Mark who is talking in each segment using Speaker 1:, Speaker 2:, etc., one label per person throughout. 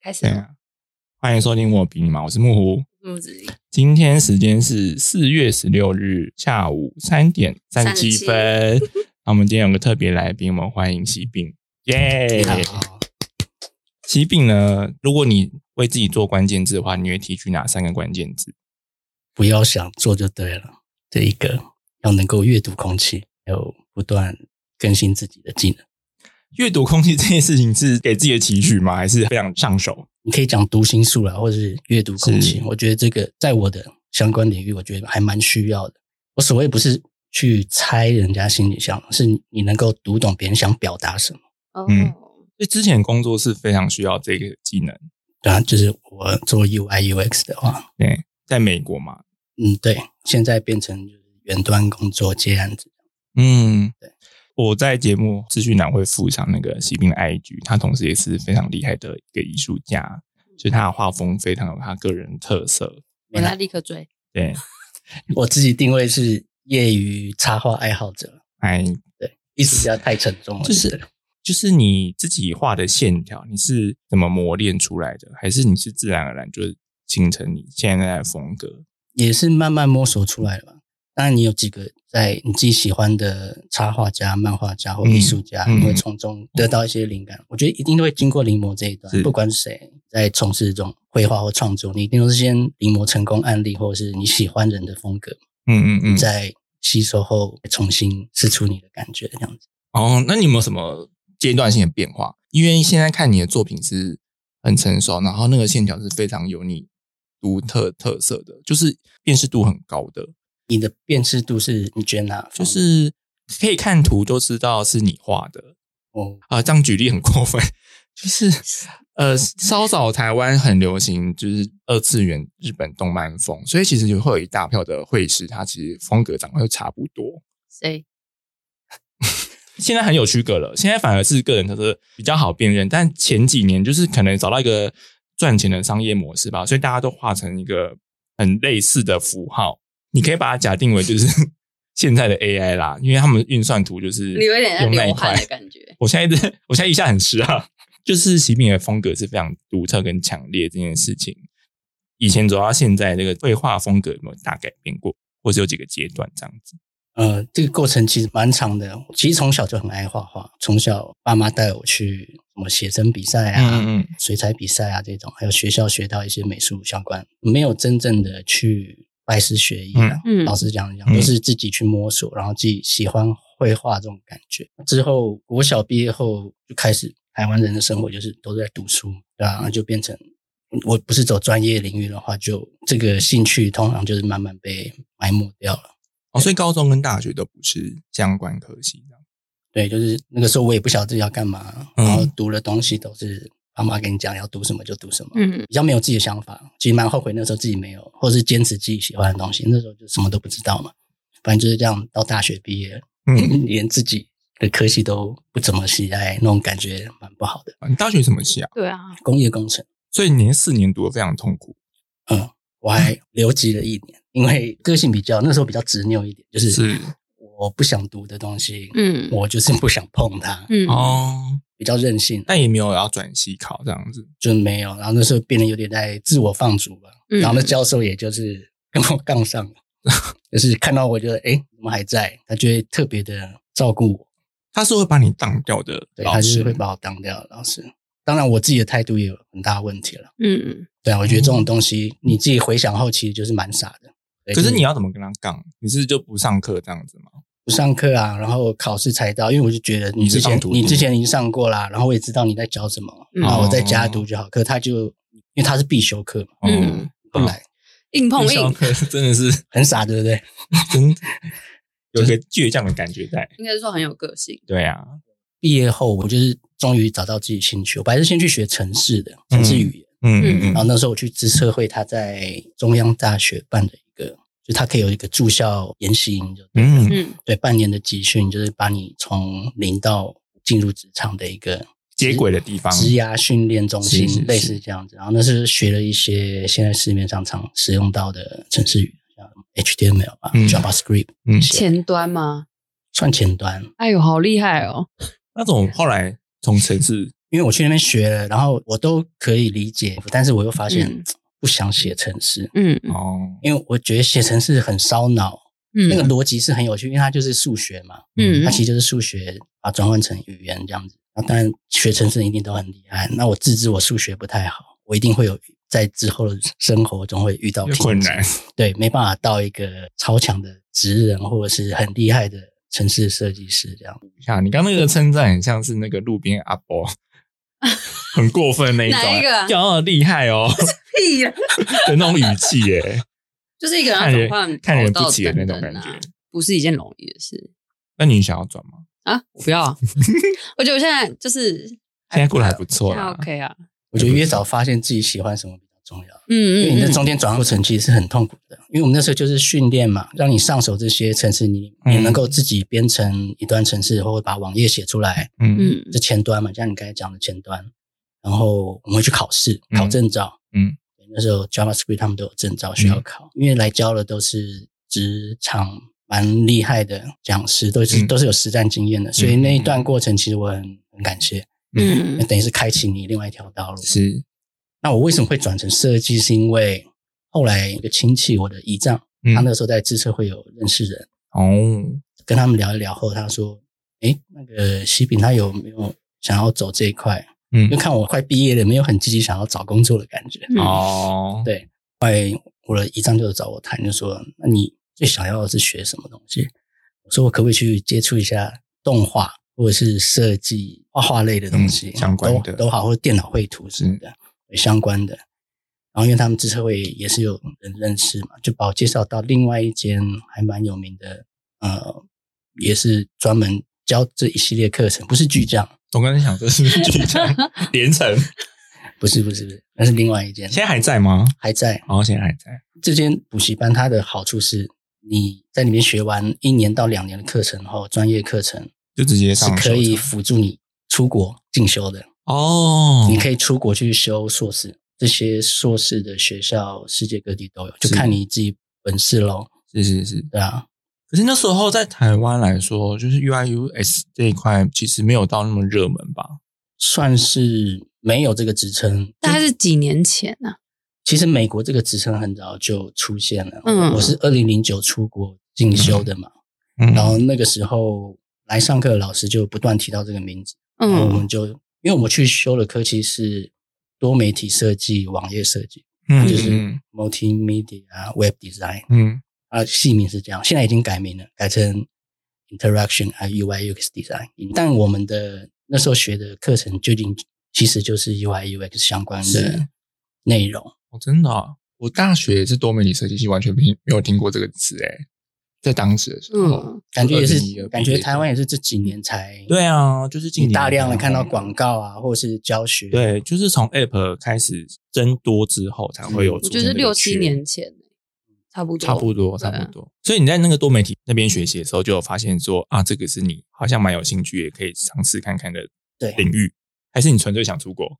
Speaker 1: 开始
Speaker 2: 对啊，欢迎收听我比你忙，我是木虎。
Speaker 1: 木子李
Speaker 2: 今天时间是四月十六日下午三点三十七分。那我们今天有个特别来宾，我们欢迎喜饼，耶、
Speaker 3: 好，
Speaker 2: 喜饼呢，如果你为自己做关键字的话，你会提取哪三个关键字？
Speaker 3: 不要想做就对了。这一个要能够阅读空气，还有不断更新自己的技能。
Speaker 2: 阅读空气这件事情是给自己的提取吗？还是非常上手？
Speaker 3: 你可以讲读心术啦，或者是阅读空气
Speaker 2: 是。
Speaker 3: 我觉得这个在我的相关领域，我觉得还蛮需要的。我所谓不是去猜人家心里想，是你能够读懂别人想表达什么。
Speaker 1: 哦，
Speaker 2: 嗯所以之前工作是非常需要这个技能，
Speaker 3: 对啊，就是我做 UI UX 的话，
Speaker 2: 在美国嘛，
Speaker 3: 嗯，对，现在变成就是远端工作接案子。
Speaker 2: 嗯，
Speaker 3: 对。
Speaker 2: 我在节目资讯栏会附上那个喜兵的 IG，他同时也是非常厉害的一个艺术家，所以他的画风非常有他个人特色。
Speaker 1: 我来立刻追。
Speaker 2: 对，
Speaker 3: 我自己定位是业余插画爱好者，
Speaker 2: 哎，
Speaker 3: 艺术家太沉重了，
Speaker 2: 就是
Speaker 3: 对
Speaker 2: 就是你自己画的线条，你是怎么磨练出来的？还是你是自然而然就形成你现在的风格？
Speaker 3: 也是慢慢摸索出来的吧。当然，你有几个在你自己喜欢的插画家、漫画家或
Speaker 2: 嗯
Speaker 3: 艺术家，
Speaker 2: 嗯
Speaker 3: 你会从中得到一些灵感。我觉得一定都会经过临摹这一段
Speaker 2: 是，
Speaker 3: 不管是谁在从事这种绘画或创作，你一定都是先临摹成功案例，或者是你喜欢人的风格，
Speaker 2: 嗯嗯嗯。
Speaker 3: 在吸收后重新试出你的感觉，这样子。
Speaker 2: 哦，那你有没有什么阶段性的变化？因为现在看你的作品是很成熟，然后那个线条是非常有你独特特色的，就是辨识度很高的，
Speaker 3: 你的辨识度是你觉得哪方面？
Speaker 2: 就是可以看图就知道是你画的
Speaker 3: 哦，
Speaker 2: 啊、这样举例很过分，就是呃，稍早台湾很流行就是二次元日本动漫风，所以其实就会有一大票的绘师，他其实风格长得会差不多。
Speaker 1: 谁？
Speaker 2: 现在很有区隔了，现在反而是个人特色比较好辨认，但前几年就是可能找到一个赚钱的商业模式吧，所以大家都画成一个很类似的符号，你可以把它假定为就是 现在的 AI 啦，因为他们运算图就是
Speaker 1: 你有点在
Speaker 2: 用那一
Speaker 1: 流
Speaker 2: 块
Speaker 1: 汗的。感觉。
Speaker 2: 我现在一 直，我现在一下很湿啊，就是喜饼的风格是非常独特跟强烈这件事情，以前走到现在这个绘画风格有没有大改变过，或是有几个阶段这样子？
Speaker 3: 呃，这个过程其实蛮长的。其实从小就很爱画画，从小爸妈带我去什么写生比赛啊、
Speaker 2: 嗯嗯嗯
Speaker 3: 水彩比赛啊这种，还有学校学到一些美术相关，没有真正的去拜师学艺啊。
Speaker 1: 嗯嗯
Speaker 3: 老师讲讲，
Speaker 2: 嗯
Speaker 3: 都是自己去摸索，然后自己喜欢绘画这种感觉。之后国小毕业后就开始台湾人的生活，就是都在读书，
Speaker 2: 嗯
Speaker 3: 对啊，然后就变成。我不是走专业领域的话，就这个兴趣通常就是慢慢被埋没掉了。
Speaker 2: 哦，所以高中跟大学都不是相关科系这样。
Speaker 3: 对，就是那个时候我也不晓得自己要干嘛，
Speaker 2: 嗯
Speaker 3: 然后读的东西都是爸妈跟你讲要读什么就读什么，
Speaker 1: 嗯，
Speaker 3: 比较没有自己的想法，其实蛮后悔那时候自己没有，或是坚持自己喜欢的东西，那时候就什么都不知道嘛。反正就是这样，到大学毕业，
Speaker 2: 嗯，
Speaker 3: 连自己的科系都不怎么喜爱，那种感觉蛮不好的。
Speaker 2: 你大学什么系啊？
Speaker 1: 对啊，
Speaker 3: 工业工程，
Speaker 2: 所以你那四年读的非常痛苦，
Speaker 3: 嗯，我还留级了一年，因为个性比较那时候比较执拗一点，就是我不想读的东西，
Speaker 1: 嗯
Speaker 3: 我就是不想碰它，
Speaker 1: 嗯，
Speaker 2: 哦，
Speaker 3: 比较任性。
Speaker 2: 但也没有要转系考这样子。
Speaker 3: 就没有。然后那时候变得有点在自我放逐吧。
Speaker 1: 嗯
Speaker 3: 然后那教授也就是 跟我杠 上了，就是看到我觉得哎怎么还在，他就会特别的照顾我，
Speaker 2: 他是会把你当掉的
Speaker 3: 对，
Speaker 2: 老
Speaker 3: 他就是
Speaker 2: 师，
Speaker 3: 会把我当掉的老师。当然我自己的态度也有很大问题了。
Speaker 1: 嗯，
Speaker 3: 对啊，我觉得这种东西你自己回想后其实就是蛮傻的。对
Speaker 2: 可
Speaker 3: 就是
Speaker 2: 你要怎么跟他杠？你是就不上课这样子吗？
Speaker 3: 不上课啊，然后考试才到，因为我就觉得
Speaker 2: 你
Speaker 3: 你
Speaker 2: 是
Speaker 3: 之
Speaker 2: 上
Speaker 3: 前
Speaker 2: 图
Speaker 3: 你
Speaker 2: 钉
Speaker 3: 之前已经上过啦，然后我也知道你在教什么，
Speaker 1: 嗯
Speaker 3: 然后我
Speaker 2: 哦
Speaker 3: 在家读就好。可是他就因为他是必修课嘛，
Speaker 1: 嗯
Speaker 3: 不来，
Speaker 1: 硬碰
Speaker 2: 哦，上
Speaker 1: 硬，
Speaker 2: 课真 的是
Speaker 3: 很傻，对不对？
Speaker 2: 真有一个倔强的感觉在。
Speaker 1: 应该是说很有个性。
Speaker 2: 对啊，
Speaker 3: 毕业后，我就是终于找到自己兴趣。我本来是先去学城市的城市语言，
Speaker 2: 嗯
Speaker 1: 嗯
Speaker 3: 然后那时候我去资策会，他在中央大学办的一个，就他可以有一个住校研习营，就对了
Speaker 2: 嗯
Speaker 1: 嗯
Speaker 3: 对半年的集训，就是把你从零到进入职场的一个
Speaker 2: 接轨的地方
Speaker 3: 职涯训练中心，
Speaker 2: 是是是
Speaker 3: 类似这样子。然后那是学了一些现在市面上常使用到的城市语，像 HTML 吧、
Speaker 2: 嗯
Speaker 3: 啊 JavaScript，
Speaker 2: 嗯，
Speaker 1: 前端吗？
Speaker 3: 算前端。
Speaker 1: 哎呦，好厉害哦！
Speaker 2: 那种后来从城市
Speaker 3: 因为我去那边学了，然后我都可以理解，但是我又发现、
Speaker 1: 嗯
Speaker 3: 不想写程式，
Speaker 1: 嗯嗯
Speaker 2: 哦，
Speaker 3: 因为我觉得写程式很烧脑，那个
Speaker 1: 嗯
Speaker 3: 逻辑是很有趣，因为它就是数学嘛，
Speaker 1: 嗯
Speaker 3: 它其实就是数学把它转换成语言这样子。那当然学程式一定都很厉害，那我自知我数学不太好，我一定会有在之后的生活中会遇到
Speaker 2: 有
Speaker 3: 瓶颈
Speaker 2: 困难，
Speaker 3: 对，没办法到一个超强的职人或者是很厉害的城市设计师这样。
Speaker 2: 看你刚刚那个称赞，很像是那个路边阿 伯，很过分那一种，
Speaker 1: 哪一个啊
Speaker 2: 要厉害 哦
Speaker 1: 屁啦，
Speaker 2: 的那种语气耶。
Speaker 1: 就是一个人
Speaker 2: 看人
Speaker 1: 要转换
Speaker 2: 看人
Speaker 1: 跑道
Speaker 2: 不起的那种
Speaker 1: 等等啊
Speaker 2: 感觉，
Speaker 1: 不是一件容易的事
Speaker 2: 那你想要转吗？
Speaker 1: 啊！我不 要啊，我觉得我现在就是
Speaker 2: 现在过得还不错
Speaker 1: 现在
Speaker 2: 啦，
Speaker 1: OK 啊，
Speaker 3: 我觉得越早发现自己喜欢什么比较重要，因为
Speaker 1: 嗯
Speaker 3: 你在
Speaker 1: 嗯嗯，
Speaker 3: 中间转换过程其实是很痛苦的。因为我们那时候就是训练嘛，让你上手这些城市，你
Speaker 2: 嗯
Speaker 3: 你能够自己编程一段城市，或者把网页写出来，
Speaker 2: 嗯
Speaker 1: 嗯
Speaker 3: 这前端嘛，像你刚才讲的前端。然后我们会去考试，
Speaker 2: 嗯
Speaker 3: 考证照。
Speaker 2: 嗯
Speaker 3: 那时候 JavaScript 他们都有证照需要考，因为来教的都是职场蛮厉害的讲师，都是、
Speaker 2: 嗯
Speaker 3: 都是有实战经验的，所以那一段过程其实我很很感谢，
Speaker 1: 嗯
Speaker 3: 那等于是开启你另外一条道路。
Speaker 2: 是
Speaker 3: 那我为什么会转成设计？是因为后来一个亲戚，我的姨丈，
Speaker 2: 嗯
Speaker 3: 他那个时候在知社会有认识人，
Speaker 2: 哦，
Speaker 3: 跟他们聊一聊后，他说：“诶，那个西饼他有没有想要走这一块？
Speaker 2: 嗯
Speaker 3: 就看我快毕业了，没有很积极想要找工作的感觉。
Speaker 1: 嗯
Speaker 2: 哦，
Speaker 3: 对，后来我的姨丈就找我谈，就说：“那你最想要的是学什么东西？”我说：“我可不可以去接触一下动画，或者是设计、画画类的东西，
Speaker 2: 嗯相关的
Speaker 3: 都都好，或者电脑绘图什么的相关的。”然后因为他们自测会也是有人认识嘛，就把我介绍到另外一间还蛮有名的，呃，也是专门教这一系列课程，不是巨匠，
Speaker 2: 我刚才想这是不是剧场连 城，
Speaker 3: 不是不是不是，那是另外一间，
Speaker 2: 现在还在吗？
Speaker 3: 还在。
Speaker 2: 哦，现在还在，
Speaker 3: 这间补习班它的好处是，你在里面学完一年到两年的课程后，专业课程
Speaker 2: 就直接
Speaker 3: 是
Speaker 2: 上
Speaker 3: 可以
Speaker 2: 手
Speaker 3: 辅助你出国进修的。
Speaker 2: 哦，
Speaker 3: 你可以出国去修硕士，这些硕士的学校世界各地都有，就是看你自己本事喽。
Speaker 2: 是是是，
Speaker 3: 对啊，
Speaker 2: 可是那时候在台湾来说，就是 UI UX 这一块其实没有到那么热门吧？
Speaker 3: 算是没有这个职称。
Speaker 1: 大概是几年前啊，
Speaker 3: 其实美国这个职称很早就出现了。
Speaker 1: 嗯
Speaker 3: 我是二零零九出国进修的嘛，
Speaker 2: 嗯
Speaker 3: 然后那个时候来上课的老师就不断提到这个名字。然后我
Speaker 1: 嗯
Speaker 3: 们就因为我们去修的科其实是多媒体设计、网页设计，
Speaker 2: 嗯
Speaker 3: 就是
Speaker 2: 嗯
Speaker 3: multimedia 啊 web design
Speaker 2: 嗯
Speaker 3: 啊，系名是这样，现在已经改名了，改成 interaction 啊 UI UX design。但我们的那时候学的课程究竟其实就是 UI UX 相关
Speaker 2: 是
Speaker 3: 的内容。
Speaker 2: 哦，真的啊、我大学是多媒体设计系，完全没没有听过这个词诶、在当时的时候，
Speaker 1: 嗯
Speaker 3: 感觉也
Speaker 2: 2012
Speaker 3: 是，感觉台湾
Speaker 2: 毕业
Speaker 3: 也是这几年才
Speaker 2: 对啊，就是近
Speaker 3: 你
Speaker 2: 年
Speaker 3: 大量的看到
Speaker 2: 才会
Speaker 3: 广告啊，或者是教学，
Speaker 2: 对，就是从 App 开始增多之后才会有
Speaker 1: 嗯我
Speaker 2: 出
Speaker 1: 觉
Speaker 2: 现这个趋势，
Speaker 1: 得六七年前差不多，
Speaker 2: 差不多，
Speaker 1: 对
Speaker 2: 差
Speaker 1: 啊
Speaker 2: 不多。所以你在那个多媒体那边学习的时候，就有发现说啊，这个是你好像蛮有兴趣，也可以尝试看看的
Speaker 3: 对，
Speaker 2: 领域，还是你纯粹想出国？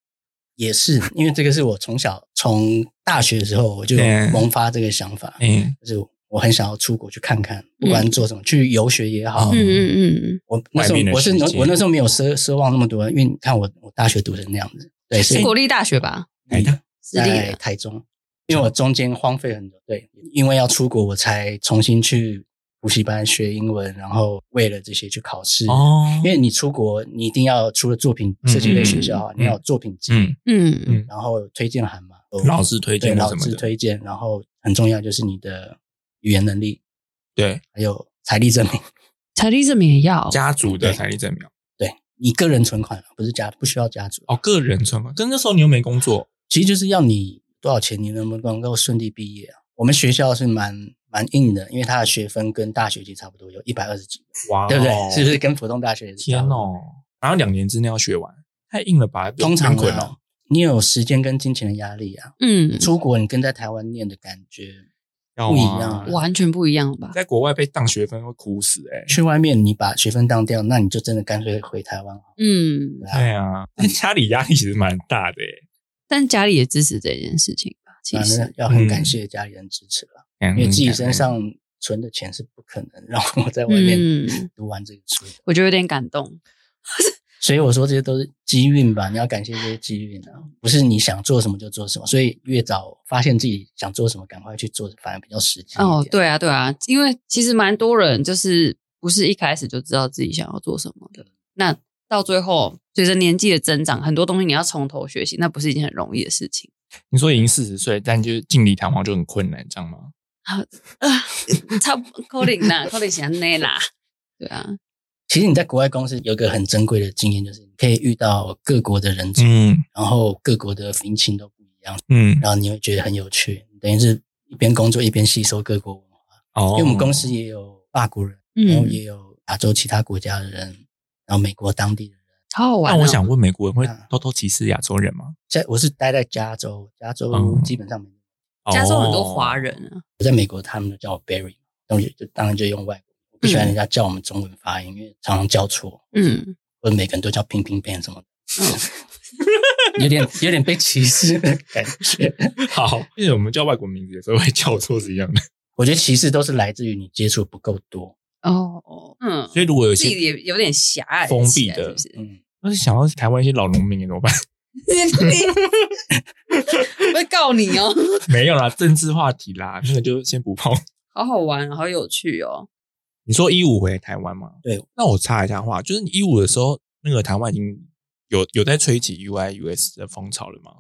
Speaker 3: 也是，因为这个是我从小从大学的时候我就
Speaker 2: 嗯
Speaker 3: 萌发这个想法，
Speaker 2: 嗯，
Speaker 3: 就是我很想要出国去看看，不管做什么，去游学也好。
Speaker 1: 嗯嗯嗯
Speaker 3: 我那时候
Speaker 2: 外面的
Speaker 3: 我是
Speaker 2: 世界
Speaker 3: 我那时候没有奢奢望那么多，因为你看我我大学读成那样子，对，
Speaker 1: 嗯，
Speaker 3: 所
Speaker 1: 是
Speaker 3: 以
Speaker 1: 国立大学吧？
Speaker 2: 哎，他
Speaker 1: 私立
Speaker 3: 在
Speaker 1: 的，
Speaker 3: 台中，因为我中间荒废很多，对，因为要出国，我才重新去补习班学英文，然后为了这些去考试。
Speaker 2: 哦
Speaker 3: 因为你出国，你一定要除了作品设计类学校啊，
Speaker 2: 嗯嗯嗯
Speaker 3: 你要有作品集，
Speaker 2: 嗯，
Speaker 1: 嗯嗯
Speaker 2: 嗯
Speaker 3: 然后有推荐函嘛，有
Speaker 2: 老师推
Speaker 3: 对
Speaker 2: 荐的
Speaker 3: 老
Speaker 2: 什么
Speaker 3: 师
Speaker 2: 的，
Speaker 3: 推荐，然后很重要就是你的语言能力，
Speaker 2: 对
Speaker 3: 还有财力证明，
Speaker 1: 财力证明也要，
Speaker 2: 家族的
Speaker 3: 对
Speaker 2: 财力证明
Speaker 3: 对你个人存款啊不是家不需要家族，
Speaker 2: 哦，个人存款。跟那时候你又没工作，
Speaker 3: 其实就是要你多少钱，你能不能够顺利毕业啊？我们学校是蛮蛮硬的，因为它的学分跟大学其实差不多，有一百二十几，
Speaker 2: 哇哦
Speaker 3: 对不对？是不是？跟普通大学也是差
Speaker 2: 天
Speaker 3: 不多？
Speaker 2: 哦，然后两年之内要学完，太硬了吧？
Speaker 3: 通常
Speaker 2: 很困
Speaker 3: 啊
Speaker 2: 哦。，
Speaker 3: 你有时间跟金钱的压力啊，
Speaker 1: 嗯，
Speaker 3: 出国你跟在台湾念的感觉
Speaker 2: 要
Speaker 3: 不一
Speaker 2: 啊
Speaker 3: 样啊
Speaker 1: 完全不一样吧？
Speaker 2: 在国外被当学分会哭死哎、
Speaker 3: 去外面你把学分当掉，那你就真的干脆回台湾好
Speaker 1: 嗯，
Speaker 3: 了啊。
Speaker 2: 对啊，但家里压力其实蛮大的、欸，
Speaker 1: 但家里也支持这件事情吧？其
Speaker 3: 反
Speaker 1: 实嗯
Speaker 3: 正，要很
Speaker 2: 嗯
Speaker 3: 感谢家里人支持了，
Speaker 2: 因
Speaker 3: 因为自己身上存的钱是不可能让我在外面
Speaker 1: 嗯，
Speaker 3: 读完这个书的。
Speaker 1: 我就有点感动。
Speaker 3: 所以我说这些都是机运吧，你要感谢这些机运啊，不是你想做什么就做什么。所以越早发现自己想做什么，赶快去做，反而比较实际。
Speaker 1: 哦，，对啊，对啊，因为其实蛮多人就是不是一开始就知道自己想要做什么的，那到最后随着年纪的增长，很多东西你要从头学习，那不是一件很容易的事情。
Speaker 2: 你说已经四十岁，但就是进礼堂皇就很困难，这样吗？
Speaker 1: 啊， 差不可能 啦，可能是安内啦，对啊，
Speaker 3: 其实你在国外公司有一个很珍贵的经验，就是你可以遇到各国的人种，
Speaker 2: 嗯
Speaker 3: 然后各国的民情都不一样，
Speaker 2: 嗯，
Speaker 3: 然后你会觉得很有趣，等于是一边工作一边吸收各国文化。
Speaker 2: 哦，
Speaker 3: 因为我们公司也有法国人，然后
Speaker 1: 嗯，
Speaker 3: 也有亚洲其他国家的人，然后美国当地的人。
Speaker 1: 好好玩、
Speaker 2: 那
Speaker 1: 哦。
Speaker 2: 我想问，美国人会
Speaker 3: 嗯
Speaker 2: 偷偷歧视亚洲人吗？
Speaker 3: 在我是待在加州，加州
Speaker 2: 嗯
Speaker 3: 基本上没
Speaker 1: 加州很多
Speaker 2: 哦
Speaker 1: 华，人啊，
Speaker 3: 在美国他们都叫我 Barry，然后就当然就用外国，我不喜欢人家叫我们中文发音，因为常常叫错，
Speaker 1: 嗯，
Speaker 3: 或者每个人都叫乒乒 pan 什么
Speaker 1: 嗯
Speaker 3: 哦的，有点有点被歧视的感觉。
Speaker 2: 好，因为我们叫外国名字的时候会叫错是一样的。
Speaker 3: 我觉得歧视都是来自于你接触不够多。
Speaker 1: 哦，嗯，
Speaker 2: 所以如果有
Speaker 1: 自己
Speaker 2: 些，
Speaker 1: 也有点狭隘起来，
Speaker 2: 封闭的
Speaker 1: 是不是？
Speaker 3: 嗯，
Speaker 2: 要是想到台湾一些老农民怎么办？
Speaker 1: 我会告你哦，
Speaker 2: 没有啦，政治话题啦，那个就先不碰。
Speaker 1: 好好玩，好有趣哦。
Speaker 2: 你说一五回台湾吗？
Speaker 3: 对。
Speaker 2: 那我插一下话，就是一五的时候，那个台湾已经有有在吹起 UI US 的风潮了吗？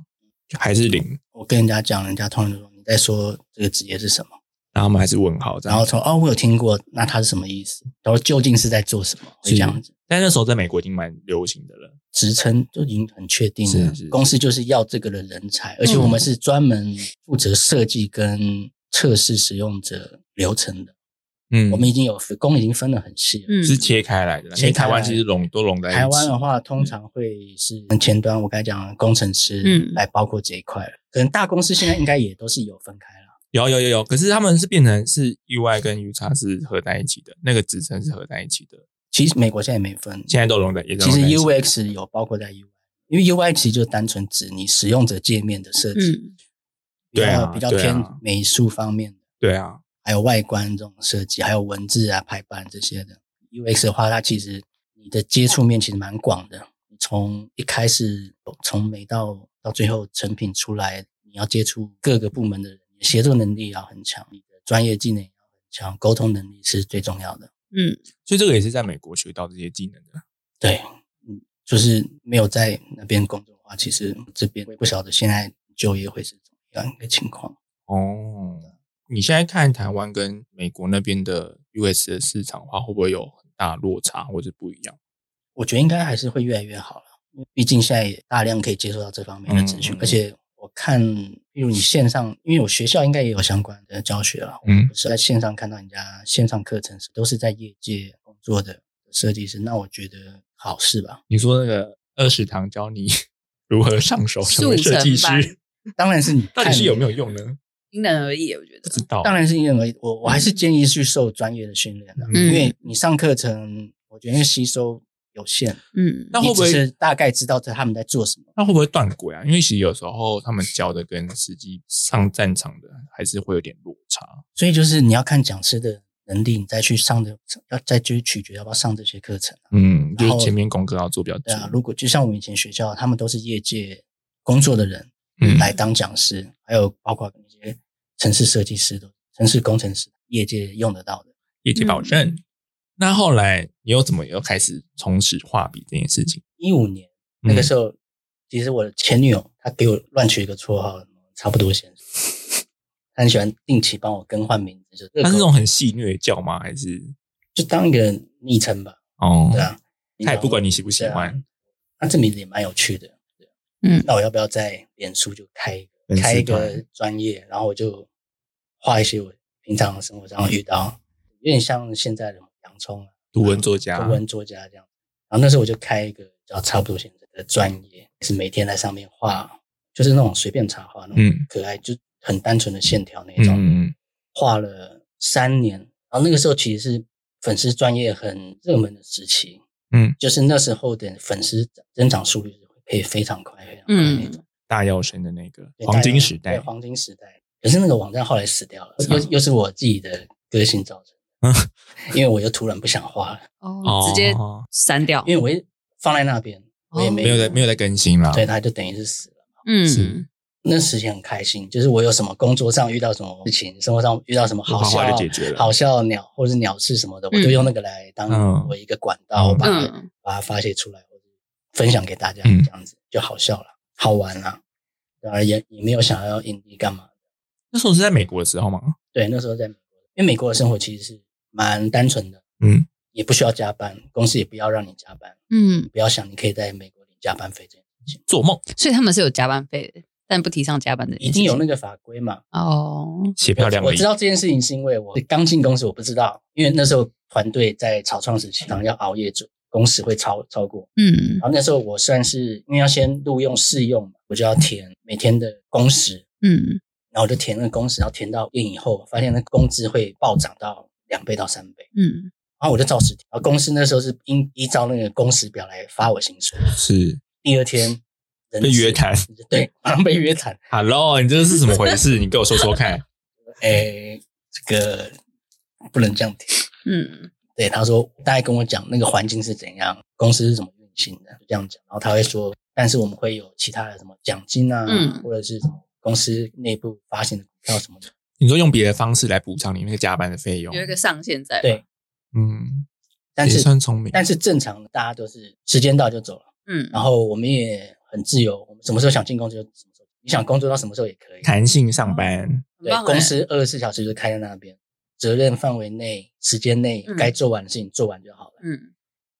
Speaker 2: 就还是零？
Speaker 3: 我跟人家讲，人家通常就说你在说这个职业是什么，
Speaker 2: 然后我们还是问号这
Speaker 3: 然
Speaker 2: 样。
Speaker 3: 后从哦我有听过，那它是什么意思？然后究竟是在做什么？会这样子，
Speaker 2: 但那时候在美国已经蛮流行的了。
Speaker 3: 职称就已经很确定了
Speaker 2: 是是，
Speaker 3: 公司就是要这个的人才，而且
Speaker 1: 嗯
Speaker 3: 我们是专门负责设计跟测试使用者流程的。
Speaker 2: 嗯
Speaker 3: 我们已经有工已经分得很细了。
Speaker 1: 嗯，
Speaker 2: 是切开来的啦，因为
Speaker 3: 切开
Speaker 2: 台
Speaker 3: 来
Speaker 2: 湾其实拢都拢在一起
Speaker 3: 台湾哦的话，通常会是前端我刚才讲的工程师
Speaker 1: 嗯
Speaker 3: 来包括这一块了，可能大公司现在应该也都是有分开了。
Speaker 2: 有有有有，可是他们是变成是 UI 跟 U 叉是合在一起的，那个职称是合在一起的，
Speaker 3: 其实美国现在也没分，
Speaker 2: 现在都融在也都
Speaker 3: 其实
Speaker 2: 融在一起
Speaker 3: UX 有包括在 UI，因为 UI 其实就单纯指你使用者界面的设计，
Speaker 1: 嗯
Speaker 3: 比
Speaker 2: 对
Speaker 3: 较
Speaker 2: 啊
Speaker 3: 比较
Speaker 2: 对啊
Speaker 3: 偏美术方面的，
Speaker 2: 对啊，
Speaker 3: 还有外观这种设计，还有文字啊、排版这些的。UX 的话，它其实你的接触面其实蛮广的，从一开始从美到到最后成品出来，你要接触各个部门的人，协作能力要很强，你的专业技能也要很强，沟通能力是最重要的。
Speaker 1: 嗯，
Speaker 2: 所以这个也是在美国学到这些技能的。
Speaker 3: 对，嗯，就是没有在那边工作的话，其实这边我也不晓得现在就业会是怎么样一个情况。
Speaker 2: 哦，你现在看台湾跟美国那边的 US 的市场的话，会不会有很大落差或者不一样？
Speaker 3: 我觉得应该还是会越来越好了，因为毕竟现在也大量可以接受到这方面的资讯，
Speaker 2: 嗯
Speaker 3: 而且我看，比如你线上，因为我学校应该也有相关的教学了，
Speaker 2: 嗯
Speaker 3: 我是在线上看到人家线上课程都是在业界工作的设计师，那我觉得好事吧。
Speaker 2: 你说那个二十堂教你 如何上手成为
Speaker 1: 速成
Speaker 2: 设计师
Speaker 1: 班，
Speaker 3: 当然是你
Speaker 2: 到
Speaker 3: 看
Speaker 2: 底是有没有用呢？
Speaker 1: 因人而异，我觉得
Speaker 2: 不。知道。
Speaker 3: 当然是因为我我还是建议去受专业的训练的，
Speaker 2: 嗯
Speaker 3: 因为你上课程，我觉得吸收有限，
Speaker 1: 嗯，
Speaker 2: 那会不
Speaker 3: 你只
Speaker 2: 会
Speaker 3: 是大概知道在他们在做什么？
Speaker 2: 那会不会断轨啊？因为其实有时候他们教的跟实际上战场的还是会有点落差。
Speaker 3: 所以就是你要看讲师的能力，你再去上的要再去取决要不要上这些课程啊、
Speaker 2: 嗯，就
Speaker 3: 然后
Speaker 2: 是前面功课要做比较足
Speaker 3: 对。啊，如果就像我们以前学校，他们都是业界工作的人
Speaker 2: 嗯
Speaker 3: 来当讲师，还有包括那些城市设计师的、城市工程师，业界用得到的。
Speaker 2: 业绩保
Speaker 3: 嗯
Speaker 2: 证。那后来你又怎么又开始重拾画笔这件事情？
Speaker 3: 一五年那
Speaker 2: 嗯
Speaker 3: 个时候，其实我的前女友她给我乱取一个绰号，差不多先生。她很喜欢定期帮我更换名字，就
Speaker 2: 他是那种很戏谑的叫吗？还是
Speaker 3: 就当一个昵称吧，
Speaker 2: 哦？
Speaker 3: 对啊。
Speaker 2: 他也不管你喜不喜
Speaker 3: 对
Speaker 2: 欢
Speaker 3: 啊，那这名字也蛮有趣的。对
Speaker 1: 嗯
Speaker 3: 那我要不要在脸书就开
Speaker 2: 粉丝团
Speaker 3: 开一个专业，然后我就画一些我平常生活上遇到，有点像现在的洋葱啊，
Speaker 2: 图文作家
Speaker 3: 图文作家这样。然后那时候我就开一个叫差不多现在的专业，是每天在上面画，就是那种随便插画那种
Speaker 2: 嗯
Speaker 3: 可爱，就很单纯的线条那种。
Speaker 2: 嗯嗯
Speaker 3: 画了三年，然后那个时候其实是粉丝专业很热门的时期，
Speaker 2: 嗯，
Speaker 3: 就是那时候的粉丝增长速率是可以非常快，非常快那种。
Speaker 2: 大药神的那个
Speaker 3: 对
Speaker 2: 黄金时
Speaker 3: 大家
Speaker 2: 代
Speaker 3: 对，黄金时代。可是那个网站后来死掉了，又又是我自己的个性
Speaker 2: 嗯
Speaker 3: 造成的，因为我又突然不想画了，
Speaker 1: 哦，直接
Speaker 2: 哦
Speaker 1: 删掉
Speaker 3: 因，为我一放在那边，我也没
Speaker 2: 没有在没有在更新啦。
Speaker 3: 对，他就等于是死了。
Speaker 1: 嗯
Speaker 2: 是，
Speaker 3: 那时间很开心，就是我有什么工作上遇到什么事情，生活上遇到什么好
Speaker 2: 就
Speaker 3: 笑
Speaker 2: 缓缓地解决了
Speaker 3: 好笑的鸟或者鸟事什么的，我就
Speaker 1: 嗯
Speaker 3: 用那个来当
Speaker 2: 嗯
Speaker 3: 我一个管道，我把它
Speaker 1: 嗯
Speaker 3: 把它发泄出来，或者分享给大家，
Speaker 2: 嗯
Speaker 3: 这样子就好笑了，好玩啦。然而也也没有想要隐地干嘛。
Speaker 2: 那时候是在美国的时候吗？
Speaker 3: 对，那时候在美国，因为美国的生活其实是蛮单纯的，
Speaker 2: 嗯，
Speaker 3: 也不需要加班，公司也不要让你加班，
Speaker 1: 嗯，
Speaker 3: 不要想你可以在美国领加班费这样，
Speaker 2: 做梦
Speaker 1: 所以他们是有加班费的，但不提倡加班的，
Speaker 3: 一定有那个法规嘛。
Speaker 1: 哦，
Speaker 2: 写漂亮
Speaker 3: 我
Speaker 2: 而已
Speaker 3: 知。道这件事情是因为我刚进公司，我不知道，因为那时候团队在草创时期，常常要熬夜做，工时会超超过。
Speaker 1: 嗯
Speaker 3: 然后那时候我算是因为要先录用试用嘛，我就要填每天的工时，
Speaker 1: 嗯，
Speaker 3: 然后我就填那个工时，然后填到一年以后，发现那工资会暴涨到两倍到三倍。
Speaker 1: 嗯，
Speaker 3: 然后我就照实填，然后公司那时候是依依照那个工时表来发我薪水。
Speaker 2: 是
Speaker 3: 第二天人
Speaker 2: 被
Speaker 3: 事
Speaker 2: 约谈
Speaker 3: 对，马上被约谈。
Speaker 2: ，Hello，你这是怎么回事？你给我说说 看。
Speaker 3: 哎，这个不能这样填。
Speaker 1: 嗯，
Speaker 3: 对，他说大概跟我讲那个环境是怎样，公司是怎么运行的，就这样讲。然后他会说，但是我们会有其他的什么奖金啊，
Speaker 1: 嗯
Speaker 3: 或者是什么公司内部发行的股票什么的。
Speaker 2: 你说用别的方式来补偿你那个加班的费用
Speaker 1: 有，一个上限在，
Speaker 3: 对，，
Speaker 2: 嗯，
Speaker 3: 但
Speaker 2: 也
Speaker 3: 是
Speaker 2: 算聪明。
Speaker 3: 但是正常的大家都是时间到就走了，
Speaker 1: 嗯，
Speaker 3: 然后我们也很自由，我们什么时候想进公司就什么时候，你想工作到什么时候也可以。
Speaker 2: 弹性上班，
Speaker 1: 很
Speaker 3: 对
Speaker 1: 棒，欸
Speaker 3: 公司二十四小时就开在那边，责任范围内、时间内
Speaker 1: 嗯
Speaker 3: 该做完的事情做完就好了。
Speaker 1: 欸，嗯，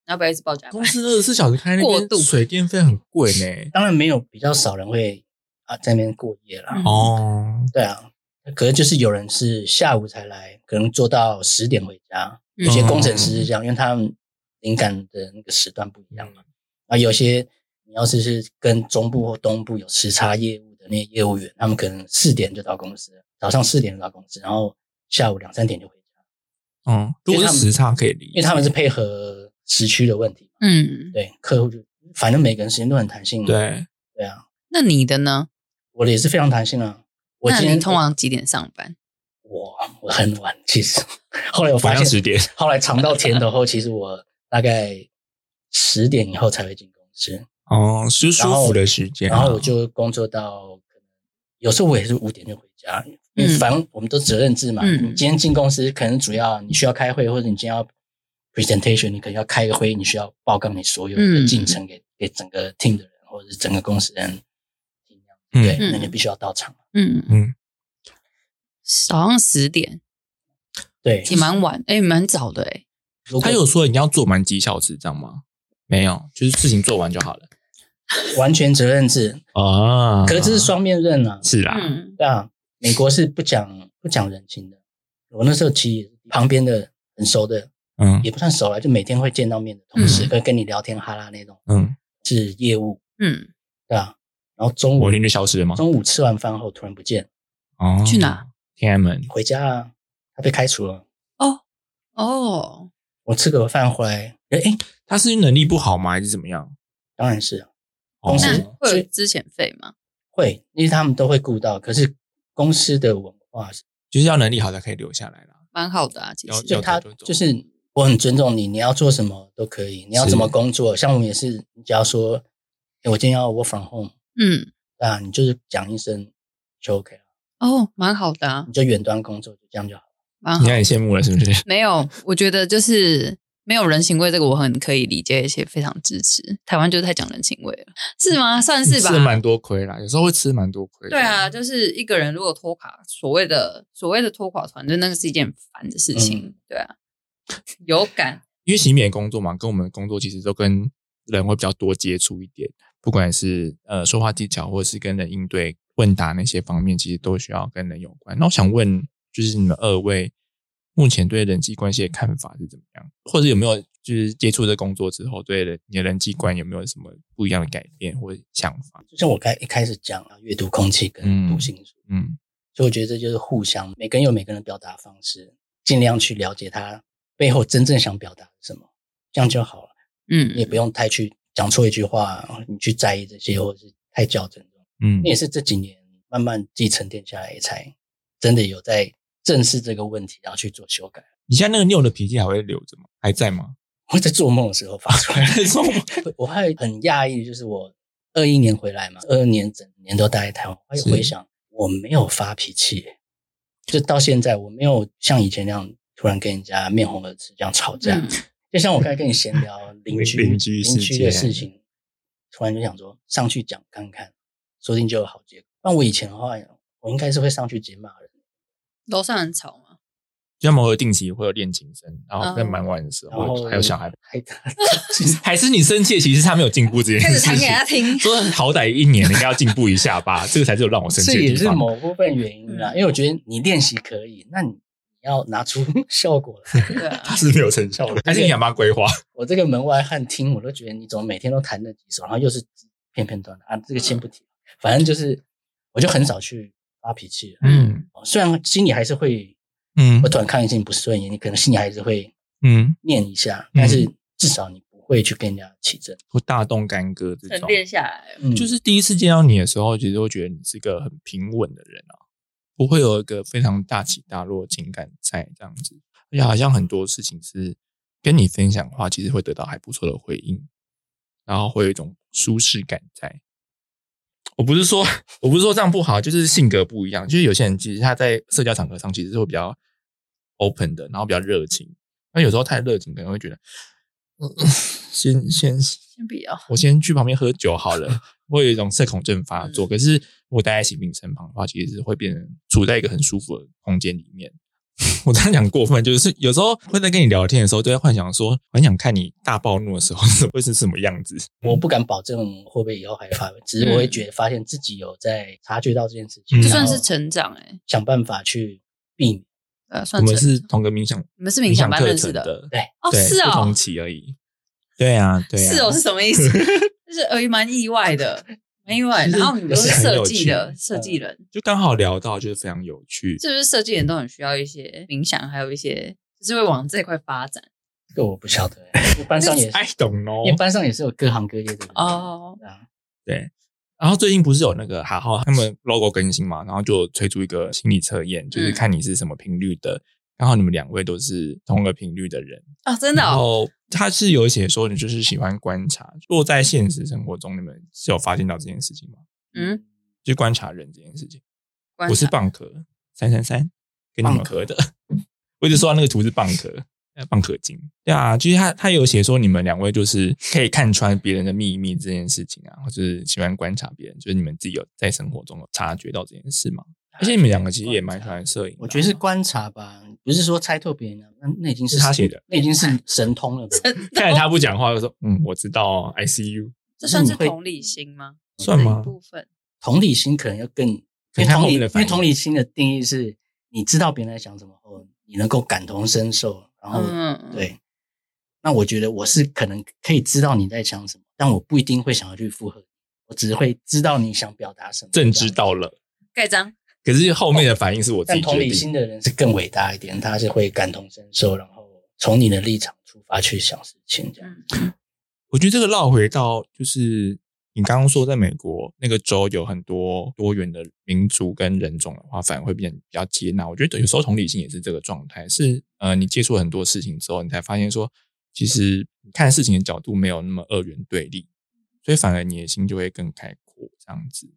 Speaker 1: 要不要一直报
Speaker 3: 哦
Speaker 1: 嗯加班
Speaker 2: 公？司二十四小时开那
Speaker 1: 过
Speaker 2: 边
Speaker 1: 度，
Speaker 2: 水电费很贵呢。
Speaker 3: 当然没有比较少人会啊在那边过夜啦。
Speaker 1: 嗯
Speaker 2: 哦，
Speaker 3: 对啊，可是就是有人是下午才来，可能做到十点回家。
Speaker 1: 嗯
Speaker 3: 有些工程师是这样，因为他们灵感的那个时段不一样嘛。
Speaker 1: 嗯
Speaker 3: 啊，有些你要是是跟中部或东部有时差业务的那些业务员，他们可能四点就到公司，早上四点就到公司，然后下午两三点就回家，
Speaker 2: 嗯，如果是时差可以理
Speaker 3: 因为
Speaker 2: 解，
Speaker 3: 他们是配合时区的问题嘛。
Speaker 1: 嗯，
Speaker 3: 对，客户就反正每个人时间都很弹性。
Speaker 2: 对，
Speaker 3: 对啊，
Speaker 1: 那你的呢？
Speaker 3: 我的也是非常弹性啊。我
Speaker 1: 那
Speaker 3: 今
Speaker 1: 你
Speaker 3: 天
Speaker 1: 通常几点上班？
Speaker 3: 我我很晚，其实 后来我发
Speaker 2: 晚
Speaker 3: 现
Speaker 2: 上十点，
Speaker 3: 后来尝到甜头后，其实我大概十点以后才会进公
Speaker 1: 啊
Speaker 3: 司，
Speaker 2: 哦，是舒
Speaker 3: 然后
Speaker 2: 服的时间啊。
Speaker 3: 然后我就工作到可能有时候我也是五点就回家，因为
Speaker 1: 嗯
Speaker 3: 反正我们都责任制嘛。
Speaker 1: 嗯
Speaker 3: 你今天进公司，可能主要你需要开会，或者你今天要 presentation，你可能要开个会，你需要报告你所有的
Speaker 1: 嗯
Speaker 3: 进程给、给整个 team 的人，或者是整个公司的人听。
Speaker 2: 嗯
Speaker 3: 对，
Speaker 1: 嗯
Speaker 3: 那你必须要到场。
Speaker 1: 嗯
Speaker 2: 嗯，
Speaker 1: 早上十点
Speaker 3: 对，
Speaker 1: 也蛮晚，哎，蛮早的，哎，
Speaker 3: 如果
Speaker 2: 他有说你要做满几小时这样吗？没有，就是事情做完就好了
Speaker 3: 完全责任制，
Speaker 2: 啊
Speaker 3: 可是这是双面刃啊。
Speaker 2: 是啦，
Speaker 1: 嗯
Speaker 3: 对啊，美国是不讲不讲人情的。我那时候其实旁边的很熟的，
Speaker 2: 嗯
Speaker 3: 也不算熟了，就每天会见到面的同事，
Speaker 1: 嗯
Speaker 3: 跟、跟你聊天哈拉那种，
Speaker 2: 嗯，
Speaker 3: 是业务，
Speaker 1: 嗯，
Speaker 3: 对啊。然后中午
Speaker 2: 我一天就消失了吗？
Speaker 3: 中午吃完饭后突然不见，
Speaker 2: 哦，
Speaker 1: 去哪？
Speaker 2: 天安门。
Speaker 3: 回家啊，他被开除了。
Speaker 1: 哦哦，
Speaker 3: 我吃个饭回来，哎，诶
Speaker 2: 他是能力不好吗？还是怎么样？
Speaker 3: 当然是
Speaker 2: 哦
Speaker 3: 公
Speaker 1: 那
Speaker 3: 司
Speaker 1: 会
Speaker 3: 所
Speaker 1: 有
Speaker 3: 以
Speaker 1: 资遣费吗？
Speaker 3: 会，因为他们都会顾到。可是公司的文化是，
Speaker 2: 就是要能力好才可以留下来啦。
Speaker 1: 蛮好的啊，其
Speaker 2: 有
Speaker 1: 实
Speaker 2: 有
Speaker 3: 就他
Speaker 2: 走就走
Speaker 3: 就是我很尊重你，你要做什么都可以，你要怎么
Speaker 2: 是
Speaker 3: 工作，像我们也是，你只要说，诶我今天要 work from home。
Speaker 1: 嗯
Speaker 3: 啊，你就是讲一声就 OK 了，
Speaker 1: 哦，蛮好的啊
Speaker 3: 你，就远端工作，就这样就好了。
Speaker 1: 蛮
Speaker 2: 你
Speaker 1: 好。
Speaker 2: 看你羡慕了是不是？
Speaker 1: 没有，我觉得就是没有人情味这个我很可以理解，而且非常支持。台湾就是太讲人情味了，是吗？算是吧。
Speaker 2: 吃蛮多亏啦，有时候会吃蛮多亏。
Speaker 1: 对啊，，就是一个人如果拖垮，所谓的所谓的拖垮团队，那个是一件很烦的事情。
Speaker 3: 嗯
Speaker 1: 对啊，有 感，
Speaker 2: 因为洗免工作嘛，跟我们的工作其实都跟人会比较多接触一点，不管是呃说话技巧，或者是跟人应对、问答那些方面，其实都需要跟人有关。那我想问，就是你们二位目前对人际关系的看法是怎么样，或者有没有就是接触这工作之后，对人你的人际观有没有什么不一样的改变或者想法？
Speaker 3: 就像我开一开始讲啊，阅读空气跟
Speaker 2: 嗯
Speaker 3: 读心术，
Speaker 2: 嗯
Speaker 3: 所以我觉得这就是互相，每个人有每个人的表达方式，尽量去了解他背后真正想表达什么，这样就好了。
Speaker 1: 嗯
Speaker 3: 你也不用太去讲错一句话，你去在意这些，或者是太较真。
Speaker 2: 嗯
Speaker 3: 那也是这几年慢慢自己沉淀下来，才真的有在正视这个问题，然后去做修改。
Speaker 2: 你现在那个拗的脾气还会留着吗？还在吗？
Speaker 3: 会在做梦的时候发出来。
Speaker 2: 做梦
Speaker 3: 我还很讶异，就是我二一年回来嘛，二二年整年都待在台湾，我还
Speaker 2: 是
Speaker 3: 回想我没有发脾气，就到现在我没有像以前那样突然跟人家面红耳赤这样吵架。
Speaker 1: 嗯
Speaker 3: 就像我刚才跟 你闲聊邻居
Speaker 2: 邻居事
Speaker 3: 邻居的
Speaker 2: 件
Speaker 3: 事情，突然就想说上去讲看看，说不定就有好结果。但我以前的话，我应该是会上去直接骂人。
Speaker 1: 楼上很吵 吗？
Speaker 2: 就像某个定期会有练琴声，然后在
Speaker 1: 嗯
Speaker 2: 蛮晚的时
Speaker 3: 然后
Speaker 2: 候，还有小孩，
Speaker 3: 还 打，
Speaker 2: 还是你生气，其实他没有进步这件
Speaker 1: 开始
Speaker 2: 事
Speaker 1: 弹给
Speaker 2: 情。
Speaker 1: 他听。
Speaker 2: 说好歹一年你应该要进步一下吧， 这个才是有让我生
Speaker 3: 这
Speaker 2: 气
Speaker 3: 也
Speaker 2: 的地
Speaker 3: 是
Speaker 2: 方。
Speaker 3: 某部分原因
Speaker 2: 嗯
Speaker 3: 啦。因为我觉得你练习可以，那你要拿出 效果 来。
Speaker 1: 对啊，
Speaker 2: 它是没有成效的，还是你想帮他规划？
Speaker 3: 我这个门外汉听，我都觉得你怎么每天都弹那几首，然后又是片片段段啊？这个先不提，反正就是我就很少去发脾气了。哦
Speaker 2: 嗯
Speaker 3: 虽然心里还是会，
Speaker 2: 嗯
Speaker 3: 我突然看一件不顺眼，你可能心里还是会
Speaker 2: 嗯，
Speaker 3: 念一下，
Speaker 2: 嗯
Speaker 3: 但是至少你不会去跟人家起争。
Speaker 2: 或大动干戈这
Speaker 1: 沉
Speaker 2: 种。
Speaker 1: 淀下来。
Speaker 3: 嗯
Speaker 2: 就是第一次见到你的时候，其实会觉得你是个很平稳的人啊，不会有一个非常大起大落的情感在这样子，而且好像很多事情是跟你分享的话，其实会得到还不错的回应，然后会有一种舒适感在。我不是说我不是说这样不好，就是性格不一样，就是有些人其实他在社交场合上其实是会比较 open 的，然后比较热情，那有时候太热情可能会觉得，嗯嗯先先
Speaker 1: 先不要，
Speaker 2: 我先去旁边喝酒 好了，会有一种社恐症发作。
Speaker 1: 嗯
Speaker 2: 可是我待在行李身旁的话，其实是会变成处在一个很舒服的空间里面。 我这样讲过分，就是有时候会在跟你聊天的时候，就会幻想说，很想看你大暴怒的时候会是 什么样子。
Speaker 3: 我不敢保证会不会以后还发，只是我会觉得发现自己有在察觉到这件事
Speaker 2: 嗯
Speaker 3: 情，
Speaker 1: 这
Speaker 3: 然
Speaker 1: 算
Speaker 3: 后
Speaker 1: 是成长哎、
Speaker 3: 想办法去避免。
Speaker 1: 呃，
Speaker 2: 我
Speaker 1: 算
Speaker 2: 们
Speaker 1: 成
Speaker 2: 是同个冥想
Speaker 1: 你们是
Speaker 2: 冥
Speaker 1: 冥
Speaker 2: 想
Speaker 1: 想班
Speaker 2: 课
Speaker 1: 认识
Speaker 2: 程
Speaker 1: 的
Speaker 2: 的，
Speaker 3: 对，
Speaker 1: 哦，
Speaker 2: 对，
Speaker 1: 是
Speaker 2: 不
Speaker 1: 哦
Speaker 2: 同，期而已。对啊，对啊，
Speaker 1: 是哦，是什么意思？ 就是呃，蛮意外的，蛮意外。
Speaker 2: 就是
Speaker 1: 然后你们都是
Speaker 2: 就是很
Speaker 1: 设
Speaker 2: 有
Speaker 1: 计的
Speaker 2: 趣嗯
Speaker 1: 设计人，
Speaker 2: 就刚好聊到，就是非常有趣。
Speaker 1: 是不是设计人都很需要一些冥想，还有一些就是会往这块发展
Speaker 3: 这个我不晓得、我班上也 是，
Speaker 2: I don't know，
Speaker 3: 因为班上也是有各行各业的人。
Speaker 1: 哦。
Speaker 3: 对啊，
Speaker 2: 对。然后最近不是有那个哈浩他们 logo 更新嘛，然后就推出一个心理测验，就是
Speaker 1: 嗯
Speaker 2: 看你是什么频率的。刚好你们两位都是同个频率的人，
Speaker 1: 哦，真的
Speaker 2: 然
Speaker 1: 哦，
Speaker 2: 后他是有写说你就是喜欢观察，落在现实生活中，你们是有发现到这件事情吗？
Speaker 1: 嗯，
Speaker 2: 就是观察人这件事情，
Speaker 1: 观察
Speaker 2: 我是蚌壳三三三，跟你们合的。 我一直说到那个图是蚌壳，
Speaker 3: 嗯
Speaker 2: 呃蚌壳精。对啊，就是他他有写说你们两位就是可以看穿别人的秘密这件事情啊，或是喜欢观察别人，就是你们自己有在生活中有察觉到这件事吗？而且你们两个其实也蛮喜欢摄影的啊，
Speaker 3: 我觉得是观察吧，不是说猜透别人的，那那已经是
Speaker 2: 是他写的，
Speaker 3: 那已经是神通了吧。
Speaker 2: 看着他不讲话，就说嗯，我知道哦，I see you，
Speaker 1: 这算是
Speaker 3: 你会
Speaker 1: 同理心吗？
Speaker 2: 算
Speaker 1: 这一
Speaker 2: 吗？
Speaker 1: 部分
Speaker 3: 同理心可能要更，因
Speaker 2: 可
Speaker 3: 为
Speaker 2: 能看
Speaker 3: 同
Speaker 2: 后
Speaker 3: 理，
Speaker 2: 面
Speaker 3: 因
Speaker 2: 的反
Speaker 3: 为
Speaker 2: 应
Speaker 3: 同理心的定义是你知道别人在想什么后，你能够感同身受，然
Speaker 2: 哦
Speaker 3: 后、
Speaker 1: 嗯，，
Speaker 3: 对。那我觉得我是可能可以知道你在想什么，但我不一定会想要去附和，我只会知道你想表达什么。
Speaker 2: 正知道了，
Speaker 1: 盖章
Speaker 2: 可是后面的反应是我自
Speaker 3: 但
Speaker 2: 己
Speaker 3: 同
Speaker 2: 决
Speaker 3: 理
Speaker 2: 定。
Speaker 3: 心的人是更伟大一点，他是会感同身受，然后从你的立场出发去想事情，这
Speaker 2: 啊
Speaker 3: 样。
Speaker 1: 嗯，
Speaker 2: 我觉得这个绕回到就是你刚刚说，在美国那个州有很多多元的民族跟人种的话，反而会变得比较接纳。我觉得有时候同理心也是这个状态，是呃，你接触很多事情之后，你才发现说，其实你看事情的角度没有那么二元对立，所以反而你的心就会更开阔。这样子，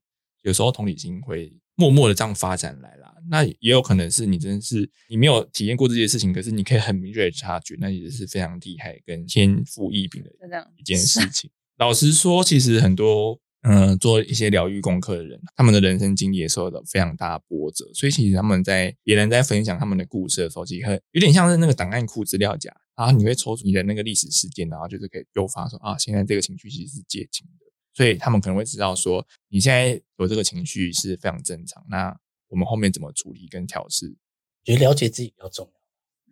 Speaker 2: 有时候同理心会默默的这样发展来啦。那也有可能是你真的是你没有体验过这些事情，可是你可以很敏锐的察觉，那也是非常厉害跟天赋异禀的
Speaker 1: 就这样
Speaker 2: 一件事情。老实说，其实很多嗯、呃做一些疗愈功课的人，他们的人生经历也受到非常大的波折，所以其实他们在别人在分享他们的故事的时候，其实很有点像是那个档案库资料夹，然后你会抽出你的那个历史事件，然后就是可以诱发说啊，现在这个情绪其实是借情的，所以他们可能会知道说你现在有这个情绪是非常正常，那我们后面怎么处理跟调试
Speaker 3: 觉得了解自己比较重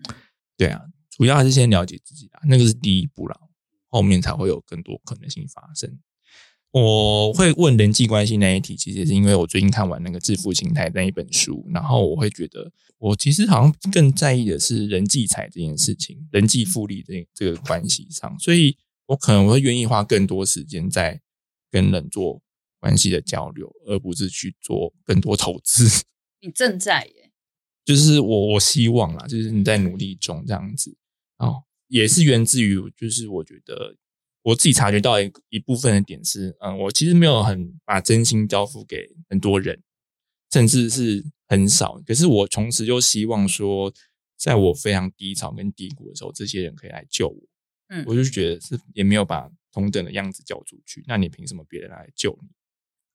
Speaker 3: 要。
Speaker 2: 对啊，主要还是先了解自己啦，那个是第一步啦，后面才会有更多可能性发生。我会问人际关系那一题，其实也是因为我最近看完那个《致富心态》那一本书，然后我会觉得，我其实好像更在意的是人际财这件事情，人际复利这这个关系上，所以我可能会愿意花更多时间在跟人做关系的交流，而不是去做更多投资。
Speaker 1: 你正在耶，
Speaker 2: 就是我我希望啦，就是你在努力中这样子。哦，也是源自于，就是我觉得我自己察觉到一一部分的点是，嗯，我其实没有很把真心交付给很多人，甚至是很少。可是我同时又希望说，在我非常低潮跟低谷的时候，这些人可以来救我。
Speaker 1: 嗯
Speaker 2: 我就觉得是也没有把同等的样子交出去，那你凭什么别人来救你？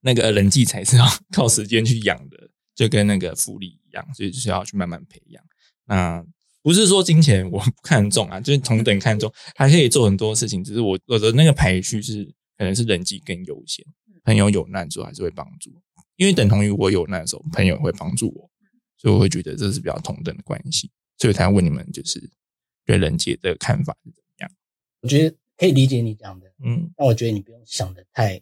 Speaker 2: 那个人际才是要 靠时间去养的，就跟那个复利一样，所以就是要去慢慢培养。那不是说金钱我不看重啊，就是同等看重，还可以做很多事情。只是我我的那个排序是，可能是人际更优先，朋友有难的时候还是会帮助，因为等同于我有难的时候，朋友也会帮助我，所以我会觉得这是比较同等的关系，所以才问你们就是对人际的看法是怎么样？
Speaker 3: 我觉得可以理解你讲的，
Speaker 2: 嗯
Speaker 3: 但我觉得你不用想的太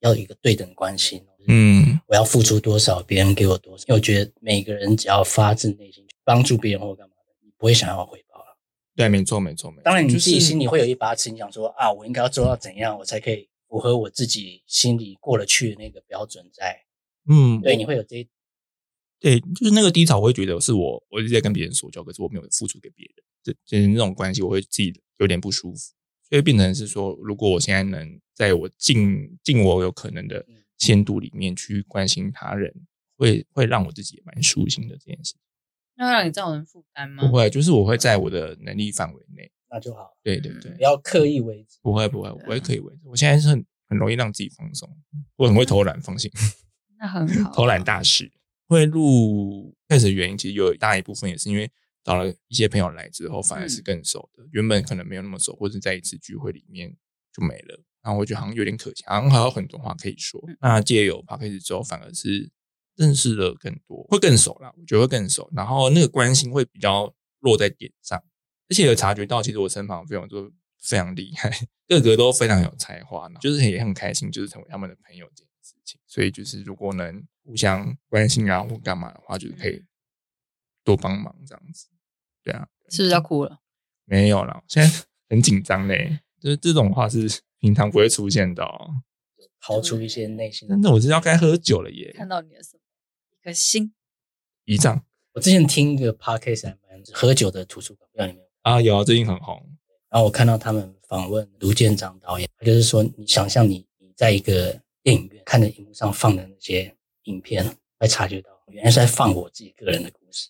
Speaker 3: 要有一个对等关系。，
Speaker 2: 嗯
Speaker 3: 我要付出多少，别人给我多少。因为我觉得每个人只要发自内心去帮助别人或干嘛的，你不会想要回报了。
Speaker 2: 对，没错没错没错。
Speaker 3: 当然，你自己
Speaker 2: 就是
Speaker 3: 心里会有一把尺，你想说啊，我应该要做到怎样，我才可以符合我自己心里过得去的那个标准在。
Speaker 2: 嗯，
Speaker 3: 对，你会有这一
Speaker 2: 对，就是那个低潮，我会觉得是我我一直在跟别人说教，可是我没有付出给别人，这就是那种关系，我会自己有点不舒服，所以变成是说，如果我现在能在我尽尽我有可能的限度里面去关心他人，会会让我自己也蛮舒心的这件事。
Speaker 1: 那会让你造成负担吗
Speaker 2: 不？会，就是我会在我的能力范围内，
Speaker 3: 那就好，
Speaker 2: 对对对
Speaker 3: 不，要刻意为之。
Speaker 2: 不会不会，我也可以维持。我现在是很很容易让自己放松，我很会偷懒，放心。
Speaker 1: 那很 好啊，
Speaker 2: 偷懒大师。会录开始的原因，其实有一大一部分也是因为找了一些朋友来之后，反而是更熟的。原本可能没有那么熟，或者在一次聚会里面就没了。然后我觉得好像有点可惜，好像还有很多话可以说。那借由 p o d c a s 之后，反而是认识了更多，会更熟啦。我觉得会更熟，然后那个关心会比较落在点上。而且有察觉到，其实我身旁的朋友都非常厉害，个个都非常有才华，就是也很开心，就是成为他们的朋友这件事情。所以就是如果能互相关心啊或干嘛的话，就是可以多帮忙这样子。对啊，
Speaker 1: 是不是要哭了？
Speaker 2: 没有啦，我现在很紧张嘞，就是这种话是平常不会出现的、哦。
Speaker 3: 刨出一些内心的
Speaker 2: 真的，我是要该喝酒了耶！
Speaker 1: 看到你的什么？一颗心，
Speaker 2: 一仗
Speaker 3: 我之前听一个 podcast 还蛮喝酒的图书馆，不知道你们有没有。
Speaker 2: 啊，有啊，最近很红。
Speaker 3: 然后我看到他们访问卢建章导演，他就是说，你想象你你在一个电影院看着荧幕上放的那些影片，会察觉到原来是在放我自己个人的故事。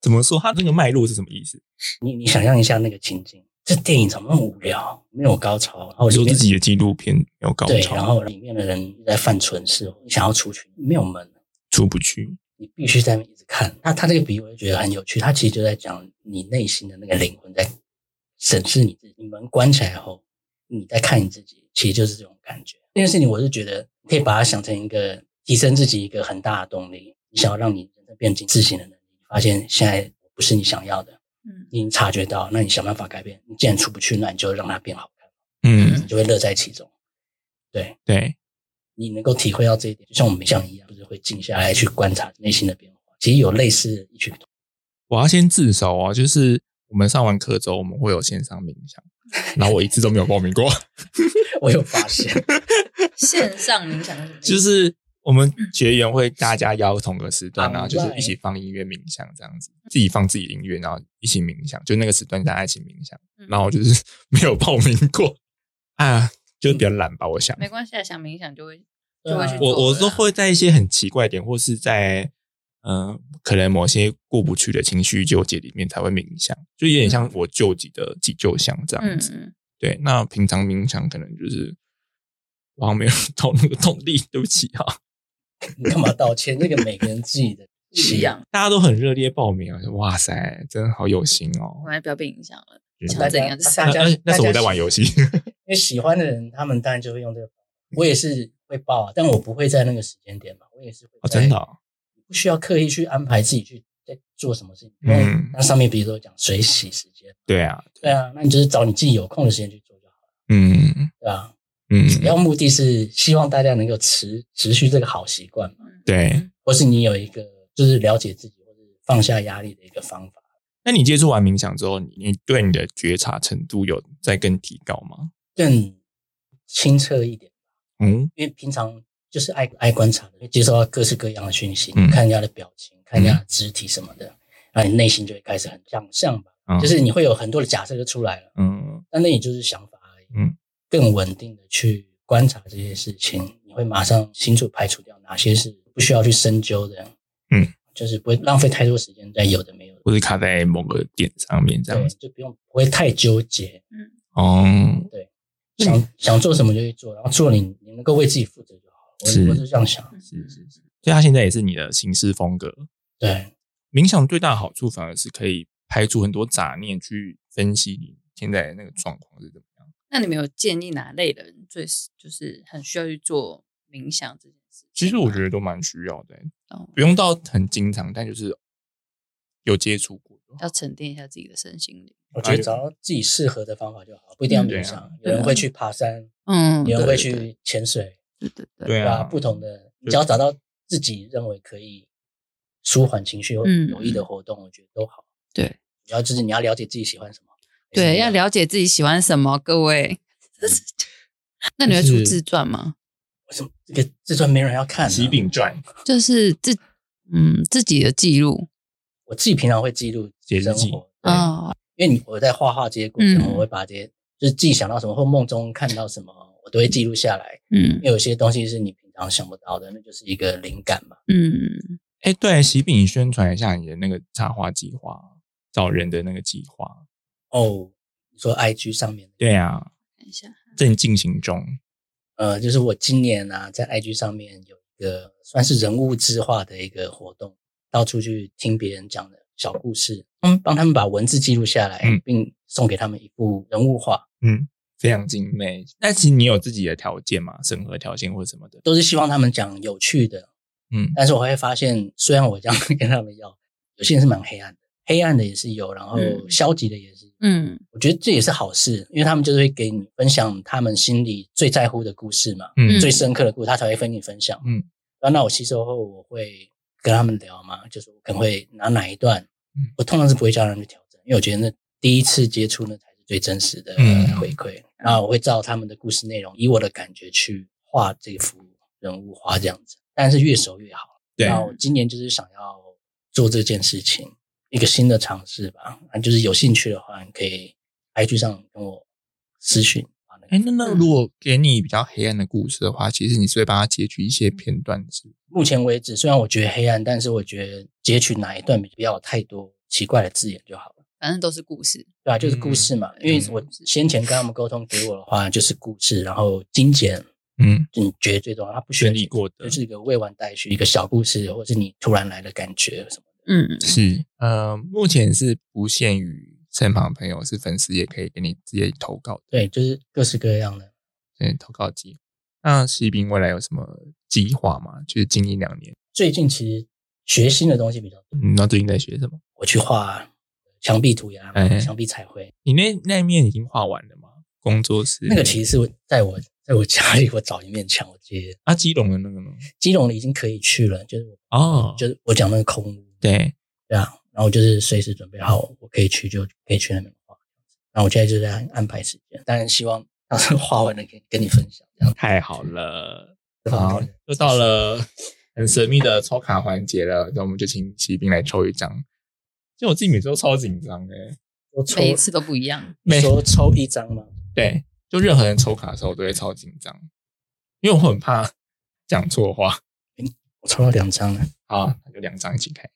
Speaker 2: 怎么说？它那个脉络是什么意思？
Speaker 3: 你你想象一下那个情景，这电影怎么那么无聊，没有高潮，然后
Speaker 2: 我
Speaker 3: 里
Speaker 2: 说
Speaker 3: 面
Speaker 2: 自己的纪录片没有高
Speaker 3: 对，然
Speaker 2: 潮，
Speaker 3: 后里面的人一直在犯蠢事，你想要出去没有门，
Speaker 2: 出不去。
Speaker 3: 你必须在那边一直看。那他这个比喻我就觉得很有趣，他其实就在讲你内心的那个灵魂在审视你自己。你门关起来后，你在看你自己，其实就是这种感觉。这件事情我是觉得可以把它想成一个提升自己一个很大的动力。你想要让你人生变自信的能力，发现现在不是你想要的，
Speaker 1: 嗯，
Speaker 3: 你已经察觉到，那你想办法改变。你既然出不去，那你就让它变好看，
Speaker 2: 嗯
Speaker 3: 你，就会乐在其中。对
Speaker 2: 对，
Speaker 3: 你能够体会到这一点，就像我们冥想一样，就是会静下来去观察内心的变化。其实有类似的异曲同工
Speaker 2: 我要先自首哦，就是我们上完课之后，我们会有线上冥想， 然后我一次都没有报名过。
Speaker 3: 我有发现，
Speaker 1: 线上冥想是什么意思
Speaker 2: 就是我们学员会大家邀同个时段，
Speaker 3: 嗯
Speaker 2: 然
Speaker 1: 啊
Speaker 2: 后就是一起放音乐冥想这样子，自己放自己的音乐，然后一起冥想，就那个时段大家一起冥想
Speaker 1: 嗯。
Speaker 2: 然后我就是没有报名过啊，就是比较懒吧，我 想。
Speaker 1: 没关系啊，想冥想就会
Speaker 3: 对
Speaker 1: 就
Speaker 3: 啊
Speaker 1: 会去做了啊。
Speaker 2: 我我都会在一些很奇怪的点，或是在嗯、呃可能某些过不去的情绪纠结里面才会冥想，就有点像我救急的急救箱这样
Speaker 1: 嗯
Speaker 2: 子。
Speaker 1: 嗯，
Speaker 2: 对，那平常冥想可能就是我好像没有到那个动力，对不起啊哈、
Speaker 3: 你干嘛道歉？那个每个人自己的
Speaker 1: 不一样，
Speaker 2: 大家都很热烈报名啊，就哇塞，真的好有心哦
Speaker 1: 我。们不要被影响了。
Speaker 2: 就
Speaker 1: 想
Speaker 2: 是
Speaker 1: 那
Speaker 3: 大
Speaker 1: 怎
Speaker 3: 家
Speaker 1: 样
Speaker 3: 大家
Speaker 2: 那那那时候我在
Speaker 3: 大家
Speaker 2: 玩游戏，
Speaker 3: 因为喜欢的人，他们当然就会用这个方法。我也是会报啊，但我不会在那个时间点嘛，我也是会
Speaker 2: 哦，
Speaker 3: 在
Speaker 2: 真的、哦，
Speaker 3: 不需要刻意去安排自己去在做什么事情。
Speaker 2: 嗯
Speaker 3: 嗯，那上面比如说讲水洗时间，
Speaker 2: 对啊，
Speaker 3: 对啊，那你就是找你自己有空的时间去做就好了，
Speaker 2: 嗯
Speaker 3: 对吧、主
Speaker 2: 嗯，
Speaker 3: 要目的是希望大家能够持持续这个好习惯嘛，
Speaker 1: 嗯，
Speaker 2: 对。
Speaker 3: 或是你有一个就是了解自己或是放下压力的一个方法。
Speaker 2: 那你接触完冥想之后，你你对你的觉察程度有在更提高吗？
Speaker 3: 更清澈一点，
Speaker 2: 嗯
Speaker 3: 因为平常就是爱爱观察的，会接受到各式各样的讯息，
Speaker 2: 嗯
Speaker 3: 看人家的表情，看人家的肢体什么的，那你内心就会开始很想象吧，
Speaker 2: 嗯
Speaker 3: 就是你会有很多的假设就出来了，
Speaker 2: 嗯
Speaker 3: 但那也就是想法而已。
Speaker 2: 嗯，
Speaker 3: 更稳定的去观察这些事情，你会马上清楚排除掉哪些是不需要去深究的。
Speaker 2: 嗯，
Speaker 3: 就是不会浪费太多时间在有的没有的，
Speaker 2: 或者卡在某个点上面这样
Speaker 3: 对，
Speaker 2: 子。
Speaker 3: 就不用不会太纠结，
Speaker 2: 哦，嗯
Speaker 3: 想想做什么就去做，然后做你你能够为自己负责就好。
Speaker 2: 是
Speaker 3: 我我是这样想，
Speaker 2: 是
Speaker 1: 嗯
Speaker 2: 是是，所以他现在也是你的行事风格。
Speaker 3: 对
Speaker 2: 冥想最大的好处反而是可以排除很多杂念，去分析你现在的那个状况是怎么样。
Speaker 1: 那你们有建议哪类人最是就是很需要去做冥想这件事情吗？
Speaker 2: 其实我觉得都蛮需要的、欸
Speaker 1: 哦
Speaker 2: 不用到很经常，但就是有接触过就好。
Speaker 1: 要沉淀一下自己的身心灵。
Speaker 3: 我觉得找到自己适合的方法就好，不一定要
Speaker 2: 嗯对
Speaker 3: 冥
Speaker 2: 啊
Speaker 3: 想。有
Speaker 1: 对啊
Speaker 3: 人会去爬山，
Speaker 1: 嗯，
Speaker 3: 有人
Speaker 1: 对
Speaker 3: 会，去潜水，
Speaker 1: 对对对，
Speaker 2: 对啊，
Speaker 3: 不同的，你只要找到自己认为可以舒缓情绪或
Speaker 1: 嗯
Speaker 3: 有益的活动，我觉得都好。
Speaker 1: 对
Speaker 3: 主要就是你要了解自己喜欢什么。
Speaker 1: 对，要了解自己喜欢什么，各 位。那你会出
Speaker 2: 是
Speaker 1: 自传吗？
Speaker 3: 为什么这个自传没人要看、
Speaker 2: 喜饼，传
Speaker 1: 就是自嗯自己的记录
Speaker 3: 我自己平常会记录
Speaker 2: 写日
Speaker 3: 生
Speaker 2: 记
Speaker 3: 活，对，
Speaker 1: 哦，
Speaker 3: 因为你我在画画这些过程，
Speaker 1: 嗯
Speaker 3: 我会把这些就是自己想到什么或梦中看到什么，我都会记录下来。
Speaker 1: 嗯
Speaker 3: 因为有些东西是你平常想不到的，那就是一个灵感嘛。
Speaker 1: 嗯，
Speaker 2: 哎，对，喜饼宣传一下你的那个插画计划，找人的那个计划。
Speaker 3: 哦，你说 IG 上面，
Speaker 2: 对啊，
Speaker 1: 看一下，
Speaker 2: 正进行中。
Speaker 3: 呃，就是我今年啊，在 IG 上面有一个算是人物之画的一个活动，到处去听别人讲的小故事，嗯，帮他们把文字记录下来，
Speaker 2: 嗯
Speaker 3: 并送给他们一幅人物画，
Speaker 2: 嗯，非常精美。但其实你有自己的条件嘛，审核条件或者什么的。
Speaker 3: 都是希望他们讲有趣的。
Speaker 2: 嗯
Speaker 3: 但是我会发现，虽然我这样 跟他们要，有些人是蛮黑暗的，黑暗的也是有，然后
Speaker 1: 嗯
Speaker 3: 消极的也是有。
Speaker 1: 嗯
Speaker 3: 我觉得这也是好事，因为他们就是会给你分享他们心里最在乎的故事嘛，
Speaker 2: 嗯
Speaker 3: 最深刻的故事，他才会跟你分享。
Speaker 2: 嗯，
Speaker 3: 然后那我吸收后，我会跟他们聊嘛，就是我可能会拿哪一段，
Speaker 2: 嗯
Speaker 3: 我通常是不会叫他们去调整，因为我觉得那第一次接触那才是最真实的
Speaker 2: 嗯
Speaker 3: 回馈。那、我会照他们的故事内容，以我的感觉去画这幅人物画这样子，但是越熟越好。
Speaker 2: 对
Speaker 3: 那我今年就是想要做这件事情，一个新的尝试吧。啊，就是有兴趣的话，你可以 IG 上跟我私讯。啊那个
Speaker 2: 哎，那那如果给你比较黑暗的故事的话，其实你是会帮他截取一些片段是
Speaker 3: 目前为止，虽然我觉得黑暗，但是我觉得截取哪一段比不要有太多奇怪的字眼就好了。
Speaker 1: 反正都是故事。
Speaker 3: 对啊，就是故
Speaker 2: 嗯
Speaker 3: 事嘛，因为我先前跟他们沟通给我的话，就是故事，然后精简，
Speaker 2: 嗯
Speaker 3: 你觉得最重要，它不需要
Speaker 2: 整理过的，
Speaker 3: 就是一个未完待续，一个小故事，或者是你突然来的感觉什么的。
Speaker 1: 嗯，
Speaker 2: 是呃，目前是不限于身旁朋友，是粉丝也可以给你直接投稿的，
Speaker 3: 对，就是各式各样的。
Speaker 2: 对，投稿机。那西兵未来有什么计划吗？就是近一两年，
Speaker 3: 最近其实学新的东西比较多。
Speaker 2: 嗯，那最近在学什么？
Speaker 3: 我去画墙壁涂鸦
Speaker 2: 哎，
Speaker 3: 墙壁彩绘，
Speaker 2: 你那那一面已经画完了吗？工作室
Speaker 3: 那个其实是我在我在我家里，我找一面墙，我直接
Speaker 2: 啊，基隆的那个呢？
Speaker 3: 基隆的已经可以去了，就是我
Speaker 2: 哦，
Speaker 3: 嗯就是我讲那个空屋，
Speaker 2: 对，
Speaker 3: 对啊，然后我就是随时准备好，我可以去就可以去那边画。然后我现在就在安排时间，当然希望到时候画完了跟跟你分享，这样
Speaker 2: 太好了，
Speaker 3: 好，
Speaker 2: 又到了 很神秘的抽卡环节了，那我们就请西兵来抽一张。就我自己每次都超紧张的、
Speaker 3: 我抽
Speaker 1: 每一次都不一样。
Speaker 2: 每
Speaker 3: 说抽一张吗？
Speaker 2: 对，就任何人抽卡的时候，我都会超紧张，因为我很怕 讲错话。
Speaker 3: 我抽到两张啊了，
Speaker 2: 好，那就两张一起开。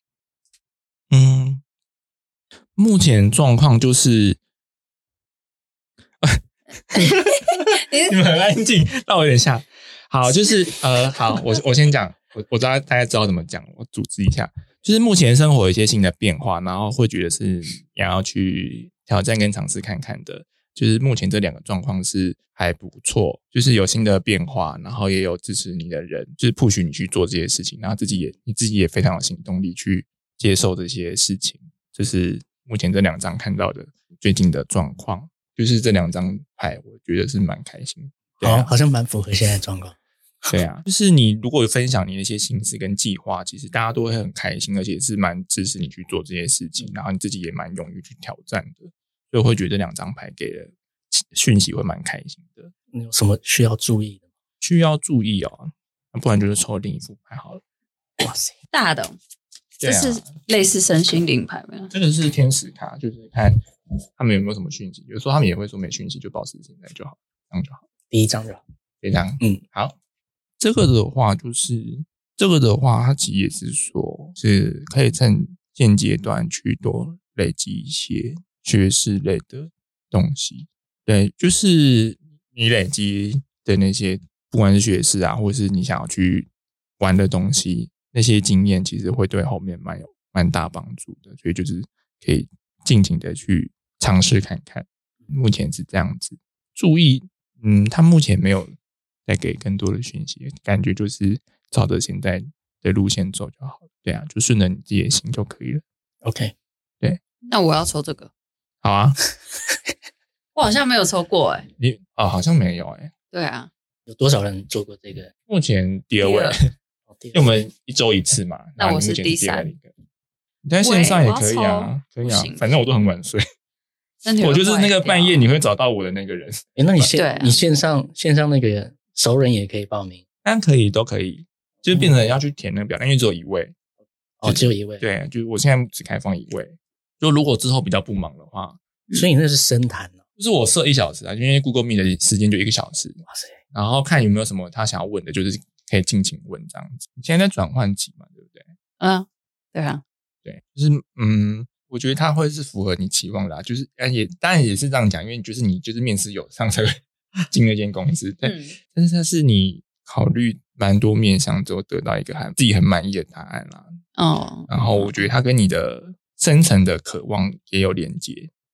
Speaker 2: 嗯，目前状况就是， 你们很安静，让我有点吓。好，就是呃，好，我我先讲，我我大家大家知道怎么讲，我组织一下。就是目前生活有一些新的变化，然后会觉得是你要去挑战跟尝试看看的。就是目前这两个状况是还不错，就是有新的变化，然后也有支持你的人，就是 push 你去做这些事情，然后自己也你自己也非常有行动力去接受这些事情。就是目前这两张看到的最近的状况，就是这两张牌，我觉得是蛮开心的。对
Speaker 3: 好，
Speaker 2: 啊，
Speaker 3: 好像蛮符合现在的状况。
Speaker 2: 对啊， 就是你如果有分享你的一些心思跟计划，其实大家都会很开心，而且是蛮支持你去做这些事情，然后你自己也蛮勇于去挑战的，所以会觉得两张牌给的讯息会蛮开心的。
Speaker 3: 你有什么需要注意的吗？
Speaker 2: 需要注意哦，那不然就是抽另一副牌好了。
Speaker 3: 哇塞，
Speaker 1: 大的哦这
Speaker 2: 啊
Speaker 1: 是类似身心灵牌吗？
Speaker 2: 这个是天使卡，就是看他们有没有什么讯息。有时候他们也会说没讯息，就保持现在就好，这样就好。
Speaker 3: 第一张就好。
Speaker 2: 这张，
Speaker 3: 嗯，
Speaker 2: 好。这个的话，就是这个的话，它其实也是说，是可以趁现阶段去多累积一些学识类的东西。对，就是你累积的那些，不管是学识啊，或是你想要去玩的东西，那些经验其实会对后面蛮有蛮大帮助的。所以就是可以尽情的去尝试看看。目前是这样子，注意，嗯，他目前没有再给更多的讯息，感觉就是照着现在的路线走就好了。对啊，就顺着你自己的心就可以了。
Speaker 3: OK，
Speaker 1: 那我要抽这个，
Speaker 2: 好啊，
Speaker 1: 我好像没有抽过哎、
Speaker 2: 你啊、好像没有哎、
Speaker 1: 对啊，
Speaker 3: 有多少人做过这个？
Speaker 2: 目前第二位
Speaker 1: 第二。
Speaker 3: 哦第
Speaker 2: 因为我们一周一次嘛，
Speaker 1: 那
Speaker 2: 然后
Speaker 1: 我
Speaker 2: 你
Speaker 1: 是
Speaker 2: 目前
Speaker 1: 第
Speaker 2: 第二
Speaker 1: 三
Speaker 2: 名的。你在线上也可以
Speaker 1: 喂我要
Speaker 2: 啊，可以啊
Speaker 1: 不行，
Speaker 2: 反正我都很晚睡，
Speaker 1: 身体会
Speaker 2: 我就是那
Speaker 1: 坏掉
Speaker 2: 个半夜你会找到我的那个人，
Speaker 3: 诶那你
Speaker 1: 对
Speaker 3: 线、
Speaker 1: 啊
Speaker 3: 你线上线上那个熟人也可以报名
Speaker 2: 当然可以，都可以，就是变成要去填那个表单，因为只有一位，
Speaker 3: 哦，只有一位，，
Speaker 2: 对，就是我现在只开放一位，就如果之后比较不忙的话，
Speaker 3: 所以那是深谈哦。
Speaker 2: 就是我设一小时啊，因为 Google Meet 的时间就一个小时，
Speaker 3: 哇塞，
Speaker 2: 然后看有没有什么他想要问的，就是可以尽情问这样子。你现在在转换期嘛，对不对？
Speaker 1: 嗯，对啊，
Speaker 2: 对，就是嗯，我觉得他会是符合你期望的、啊，就是呃也当然也是这样讲，因为就是你就是面试有上 才会进那间公司，对，
Speaker 1: 嗯，
Speaker 2: 但是它是你考虑蛮多面向之后得到一个很自己很满意的答案啦、
Speaker 1: 哦，
Speaker 2: 然后我觉得它跟你的深层的渴望也有连接，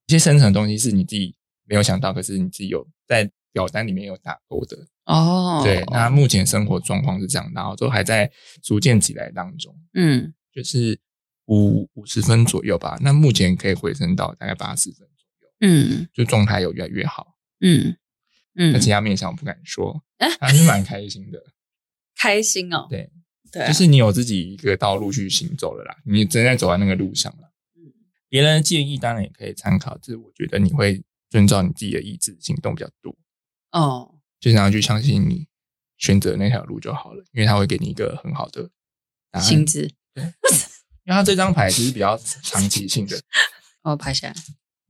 Speaker 2: 一些深层的东西是你自己没有想到，可是你自己有在表单里面有打勾的。
Speaker 1: 哦，
Speaker 2: 对，那目前生活状况是这样，然后都还在逐渐起来当中，
Speaker 1: 嗯，
Speaker 2: 就是五五十分左右吧。那目前可以回升到大概八十分左右，
Speaker 1: 嗯
Speaker 2: 就状态有越来越好。
Speaker 1: 嗯
Speaker 2: 那
Speaker 1: 嗯，
Speaker 2: 其他面向我不敢说，还是蛮开心的。
Speaker 1: 开心哦，
Speaker 2: 对
Speaker 1: 对啊，
Speaker 2: 就是你有自己一个道路去行走了啦，你正在走在那个路上了。
Speaker 1: 嗯
Speaker 2: 别人的建议当然也可以参考，就是我觉得你会遵照你自己的意志行动比较多，
Speaker 1: 哦，
Speaker 2: 就想要去相信你选择那条路就好了，因为他会给你一个很好的答案。
Speaker 1: 薪资
Speaker 2: 因为他这张牌其实比较长期 性的，
Speaker 1: 我拍下来，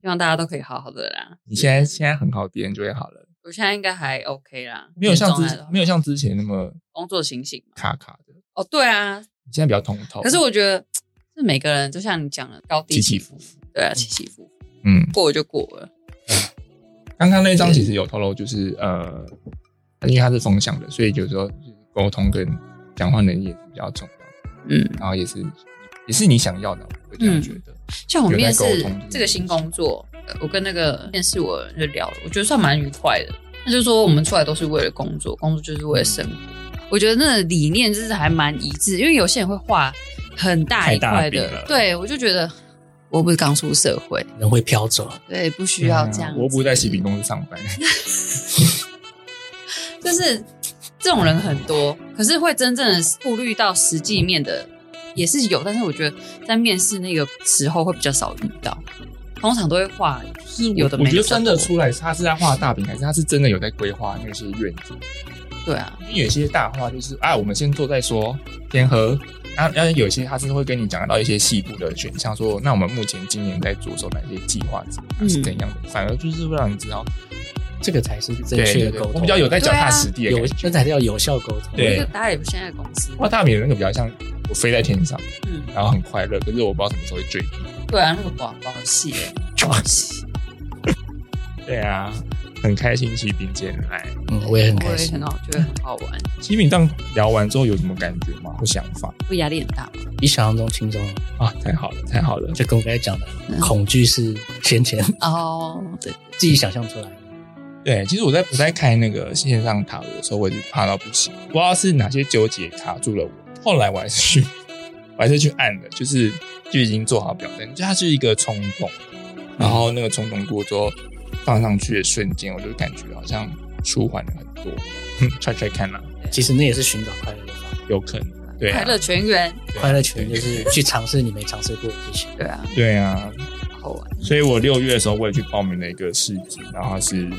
Speaker 1: 希望大家都可以好好的啦。
Speaker 2: 你现在现在很好，别人就会好了，
Speaker 1: 我现在应该还 OK 啦，
Speaker 2: 没有像
Speaker 1: 严重来
Speaker 2: 之
Speaker 1: 的话
Speaker 2: 没有像之前那么
Speaker 1: 工作情形嘛。
Speaker 2: 卡卡的，
Speaker 1: 哦，对啊，
Speaker 2: 你现在比较通透。
Speaker 1: 可是我觉得是每个人，就像你讲的，高低
Speaker 2: 起哦起
Speaker 1: 伏伏，对啊，起起伏伏，
Speaker 2: 嗯，
Speaker 1: 过了就过了。
Speaker 2: 刚刚那张其实有透露，就是呃，因为它是风向的，所以有时候就是沟通跟讲话能力也是比较重要，
Speaker 1: 嗯，
Speaker 2: 然后也是也是你想要的，我会这样觉得。
Speaker 1: 像我面试
Speaker 2: 有在沟通这件事情
Speaker 1: 这个新工作，呃我跟那个面试我就聊了，我觉得算蛮愉快的。他就说我们出来都是为了工作，工作就是为了生活。我觉得那个理念就是还蛮一致，因为有些人会画很大一块
Speaker 2: 太大饼
Speaker 1: 的
Speaker 2: 了，
Speaker 1: 对我就觉得我不是刚出社会，
Speaker 3: 人会飘走，
Speaker 1: 对，不需要这样、
Speaker 2: 嗯我不是在喜饼，公司上班，
Speaker 1: 就是这种人很多，可是会真正的顾虑到实际面的也是有，但是我觉得在面试那个时候会比较少遇到，通常都会画
Speaker 2: 就是我
Speaker 1: 有的没
Speaker 2: 我
Speaker 1: 的
Speaker 2: 觉得分得出来，他是在画大饼，还是他是真的有在规划那些愿景？
Speaker 1: 对啊，
Speaker 2: 因为有些大话就是啊，我们先做再说，先喝。然后，然后有些他是会跟你讲到一些细部的选项，说那我们目前今年在着手哪些计划
Speaker 1: 嗯
Speaker 2: 是怎样的，反而就是会让你知道
Speaker 3: 这个才是正
Speaker 2: 对
Speaker 3: 确
Speaker 2: 对
Speaker 3: 的
Speaker 2: 对
Speaker 3: 沟
Speaker 2: 我
Speaker 3: 通，
Speaker 2: 比较有在脚踏
Speaker 1: 对啊
Speaker 2: 实地的
Speaker 3: 有
Speaker 2: 感觉。
Speaker 3: 这才叫有效沟通。
Speaker 2: 对哦
Speaker 1: 就打理不现在的公司，
Speaker 2: 画大饼的那个比较像我飞在天上，
Speaker 1: 嗯，
Speaker 2: 然后很快乐，可是我不知道什么时候会坠地。
Speaker 1: 对啊，那个广告戏，广戏，
Speaker 2: 对啊，很开心骑饼见爱。
Speaker 3: 嗯，我也很
Speaker 1: 我
Speaker 3: 开
Speaker 1: 也
Speaker 3: 心
Speaker 1: 很，好，觉得很好玩，
Speaker 2: 骑饼这样聊完之后有什么感觉吗？或想法
Speaker 1: 不压力很大吗，
Speaker 3: 比想象中轻松。
Speaker 2: 啊？太好了，太好了。
Speaker 3: 就跟我刚才讲的
Speaker 1: 嗯，
Speaker 3: 恐惧是先前
Speaker 1: 哦，对，
Speaker 3: 自己想象出来的。
Speaker 2: 对，其实我在我在开那个线上塔罗的时候，我也是怕到不行，不知道是哪些纠结卡住了我。后来我还是去，我还是去按了，就是就已经做好表单，就它是一个冲动，然后那个冲动过之后放上去的瞬间，我就感觉好像舒缓了很多。哼踹踹看啦、
Speaker 3: 其实那也是寻找快乐的方法。
Speaker 2: 有可能，对、啊，
Speaker 1: 快乐全员，
Speaker 2: 对啊
Speaker 3: 快乐群就是去尝试你没尝试过的事情。
Speaker 1: 对啊，
Speaker 2: 对啊，
Speaker 1: 好玩，
Speaker 2: 所以我六月的时候我也去报名了一个市集，然后它是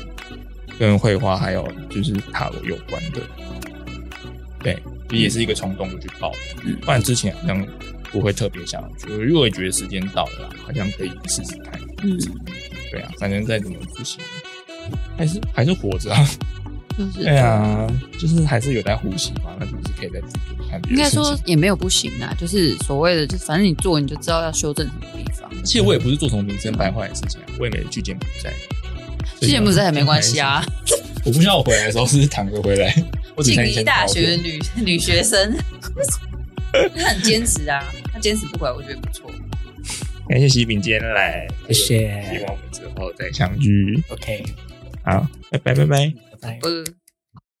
Speaker 2: 跟绘画还有就是塔罗有关的，对，也是一个冲动就去报，
Speaker 1: 嗯
Speaker 2: 不然之前好像不会特别想去。如果觉得时间到了，好像可以试试看。
Speaker 1: 嗯，
Speaker 2: 对啊，反正再怎么不行，还是还是活着啊。
Speaker 1: 就是
Speaker 2: 对啊，就是还是有在呼吸嘛，那就是可以再自己看别
Speaker 1: 应
Speaker 2: 的
Speaker 1: 该
Speaker 2: 事
Speaker 1: 说
Speaker 2: 情。
Speaker 1: 也没有不行啊，就是所谓的，就反正你做你就知道要修正什么地方。
Speaker 2: 其实我也不是做什么名声败坏的事情啊，我也没去柬埔寨。
Speaker 1: 之前不是也没关系啊，
Speaker 2: 我不知道我回来的时候是躺着回 来，我只
Speaker 1: 静
Speaker 2: 看一
Speaker 1: 宜
Speaker 2: 些
Speaker 1: 大
Speaker 2: 照
Speaker 1: 学的
Speaker 2: 片
Speaker 1: 女女学生， 她很坚持啊，她坚持不拐，我觉得不错。
Speaker 2: 感谢喜饼今天来，
Speaker 3: 谢谢
Speaker 2: 希望我们之后再相聚。
Speaker 3: OK，
Speaker 2: 好，拜拜拜拜。
Speaker 3: 拜拜。
Speaker 1: 不是